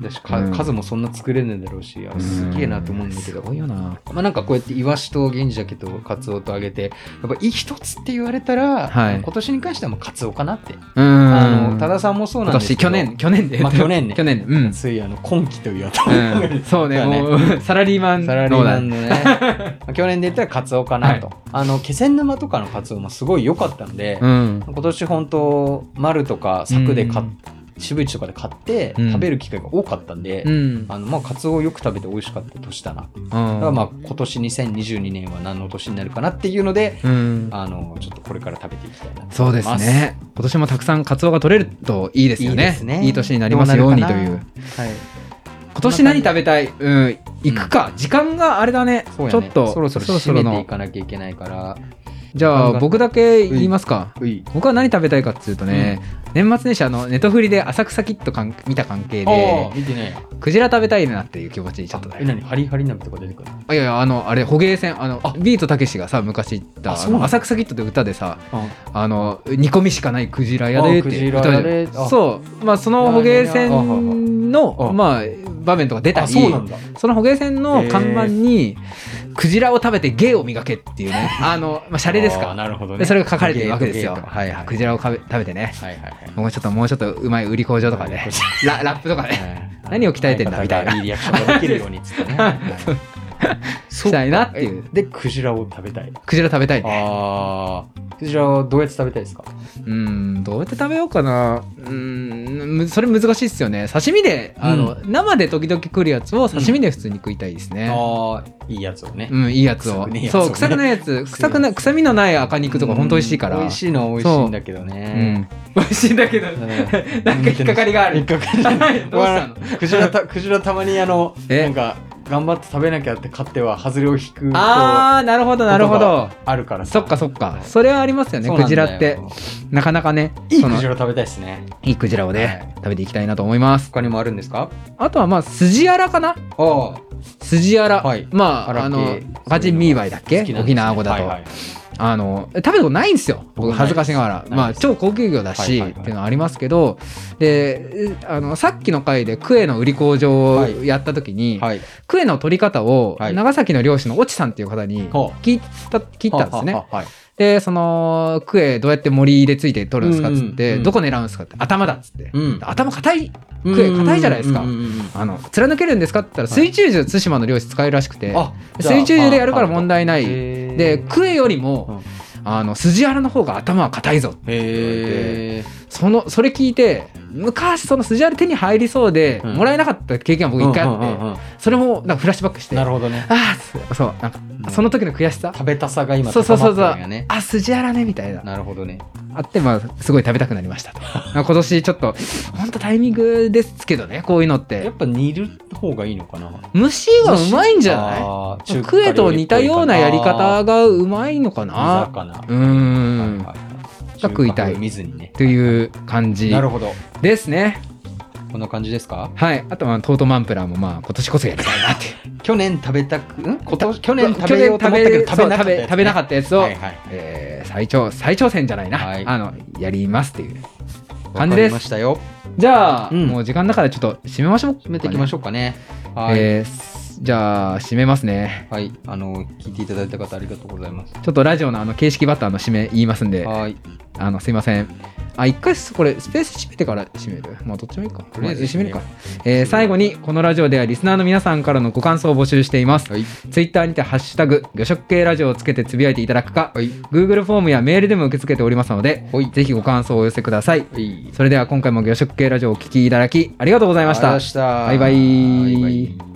C: れ
D: だし、か
C: うん
D: 数もそんな作れないだろうし、あれすげえなと思うんだけど。
C: すごいよな
D: まあ、なんかこうやってイワシと銀鮭とカツオとあげてやっぱ一つって言われたら、
C: はい
D: 今年に関してはもうカツオかなって、
C: うん
D: あの多田さんもそうな
C: 今
D: んで
C: 年
D: すけ
C: 去
D: ど
C: 年去年で、
D: まあ去年ね
C: 去年 うん、
D: ついあの今期というやつ、
C: うん、そうね
D: だね
C: もう サラリーマン
D: サラリーマン
C: の
D: のね まあ去年で言ったらカツオかなと、あの気仙沼とかのカツオもすごい良かったんで、
C: うん
D: 今年本当丸とか柵で買っ、
C: うん
D: 渋い市とかで買って
C: うん
D: 食べる機会が多かったんで、
C: うん
D: あのまあカツオをよく食べて美味しかった年だなだからまあ今年2022年は何の年になるかなっていうので、
C: うん、
D: あのちょっとこれから食べていきたいなと
C: そう
D: 思い
C: です
D: ます。
C: ね。今年もたくさんカツオが取れるといいですよね。
D: いいですね
C: いい年になりますようにとい
D: どうなる
C: う。
D: はい、
C: 今年何食べたいうん行くか、時間があれだね
D: そうやね
C: ちょっと
D: そろそろ
C: そろそろ
D: 締めて
C: の
D: いかなきゃいけないから
C: じゃあ僕だけ言いますか、
D: うい
C: 僕は何食べたいかっていうとね、年末年始あのネトフリで浅草キッドかん見た関係
D: あ
C: で
D: あ見てね
C: クジラ食べたいなっていう気持ちにちょっと
D: え
C: ね
D: 何ハリハリ鍋とか出てくる
C: いやいやあのあれ捕鯨船あのビートたけしがさ昔言った
D: あ
C: あ
D: そうな
C: の
D: の
C: 浅草キッドで歌でさ
D: あ
C: あの煮込みしかないクジラ屋でっ
D: あク
C: て
D: ジラ
C: 歌
D: 屋
C: うじゃ
D: で
C: ん
D: あ
C: そうまあその捕鯨船の
D: あ
C: まあ場面とか出た
D: あ
C: り
D: そうなんだ
C: その捕鯨船の看板に「クジラを食べて芸を磨け」っていう ねあの、まあ、シャレです
D: あー
C: か
D: なるほど
C: で
D: ね
C: それが書かれてるわけですよ
D: ゲートゲートはいはい
C: クジラをかべ食べてね
D: はいはいはい
C: もうちょっともうちょっとうまい売り工場とか
D: 売
C: ね
D: り
C: ララップとか ね
D: はい
C: 何を鍛えてんだみたいな
D: 相方がいいリアクションができるようにっつ ってねはい
C: したいなっていう
D: でクジラを食べたい
C: クジラ食べたいね
D: ああクジラはどうやって食べたいですか
C: うんどうやって食べようかなうんむそれ難しいっすよね刺身であの、生で時々来るやつを刺身で普通に食いたいですね、
D: ああいいやつをね
C: うん、いいやつを
D: 臭くねえやつをね
C: そう臭くないやつ臭くない
D: 臭
C: 臭
D: いやつ
C: みのない赤肉とか本当美味しいから
D: 美味しいのは美味しいんだけどね
C: 美味しいん だけど
D: う ん
C: なんか引っかかりがある
D: 引っかかりがある
C: どうしたの
D: クジラたクジラたまにあの
C: え
D: なんか頑張って食べなきゃって買っては外れを引くこうあ
C: あーなるほどなるほど
D: るからさ
C: そっかそっかそれはありますよね
D: そう
C: ク
D: なん
C: ジ
D: だよ
C: ラってなかなかね
D: いい
C: その
D: クジラ食べたいですね
C: いいクジラをね、
D: はい
C: 食べていきたいなと思います
D: 他にもあるんですか
C: あとはまあ筋あらかな
D: ああ
C: 筋あら、
D: はい
C: ま
D: あら
C: ああ
D: 系
C: のパチンミーバイだっけ、沖縄語だと、あの食べたことないんですよ僕
D: 僕ないです
C: 恥ずかしながら
D: ないです
C: まあ超高級魚だし、
D: はいはいはい
C: っていうのはありますけどでえあのさっきの回でクエの売り工場を
D: はい
C: やった時に、
D: はい
C: クエの取り方を
D: はい
C: 長崎の漁師の越智さんっていう方に
D: ほ
C: 聞いた聞いたんですね、
D: はあはあはあはい
C: でそのクエどうやって森でついて取るんですかっつって、
D: うんうん
C: どこ狙うんですかって頭だっつって、
D: うん
C: 頭硬いクエ硬いじゃないですか
D: うんうんうんうん
C: あの貫けるんですかって言ったら水中銃対馬の漁師使えるらしくて、
D: あじゃあ
C: 水中でやるから問題ない
D: あへー
C: でクエよりも、あの筋腹の方が頭は硬いぞ
D: へえ
C: そのそれ聞いて昔その筋腹手に入りそうで、
D: うん
C: もらえなかった経験が僕一回あって、それもなんかフラッシュバックして
D: なる
C: あ
D: ほどね
C: あーそうなんか、その時の悔しさ
D: 食べたさが今
C: そうそうそう
D: 高
C: そ
D: ま
C: う
D: ってるんやね
C: あ筋腹ねみたいな
D: なるほどね
C: あってまあすごい食べたくなりま したと今年ちょっと本当タイミングですけどねこういうのっ
D: やってぱ煮る方がいいのかな
C: 蒸しはうまいんじゃない
D: あー中華
C: クエと似たようなやり
D: あ
C: 方がうまいのか
D: ー
C: な
D: 煮魚
C: うーん、
D: はいはいはい
C: が食いたい
D: 中華風見ずにね
C: という感じ
D: なるほど
C: ですね
D: こんな感じですか
C: はいあとはトートマンプラーもまあ今年こそやりたいなっていう
D: 去年食べたくん今年去
C: 去
D: 年食べようと思ったけど食べなかったやつね
C: 食べなかったやつを、
D: はいはい
C: えー再挑再挑戦じゃないな、
D: はい
C: あのやりますっていう
D: わ
C: 感じ
D: か
C: で
D: り
C: す
D: ましたよ
C: じゃあ、
D: うん
C: もう時間だからちょっと締めましょう
D: 決めていきま
C: し
D: しょうかねはい、
C: えーすじゃあ締めますね
D: はいあの聞いていただいた方ありがとうございます
C: ちょっとラジオのあの形式バッターの締め言いますんで
D: はい
C: あのすいません。あ、一回すこれスペース閉めてから閉める。まあどっちもいいか。
D: とりあえず
C: ま閉めるか。えー最後にこのラジオではリスナーの皆さんからのご感想を募集しています。
D: はい
C: ツイッターにてハッシュタグ魚食系ラジオをつけてつぶやいていただくか、
D: はい
C: Google フォームやメールでも受け付けておりますので、
D: はい
C: ぜひご感想をお寄せください。
D: はい
C: それでは今回も魚食系ラジオをお聞きいただきありがとうございました。
D: ありがとうございました
C: バイバイ
D: バイバイ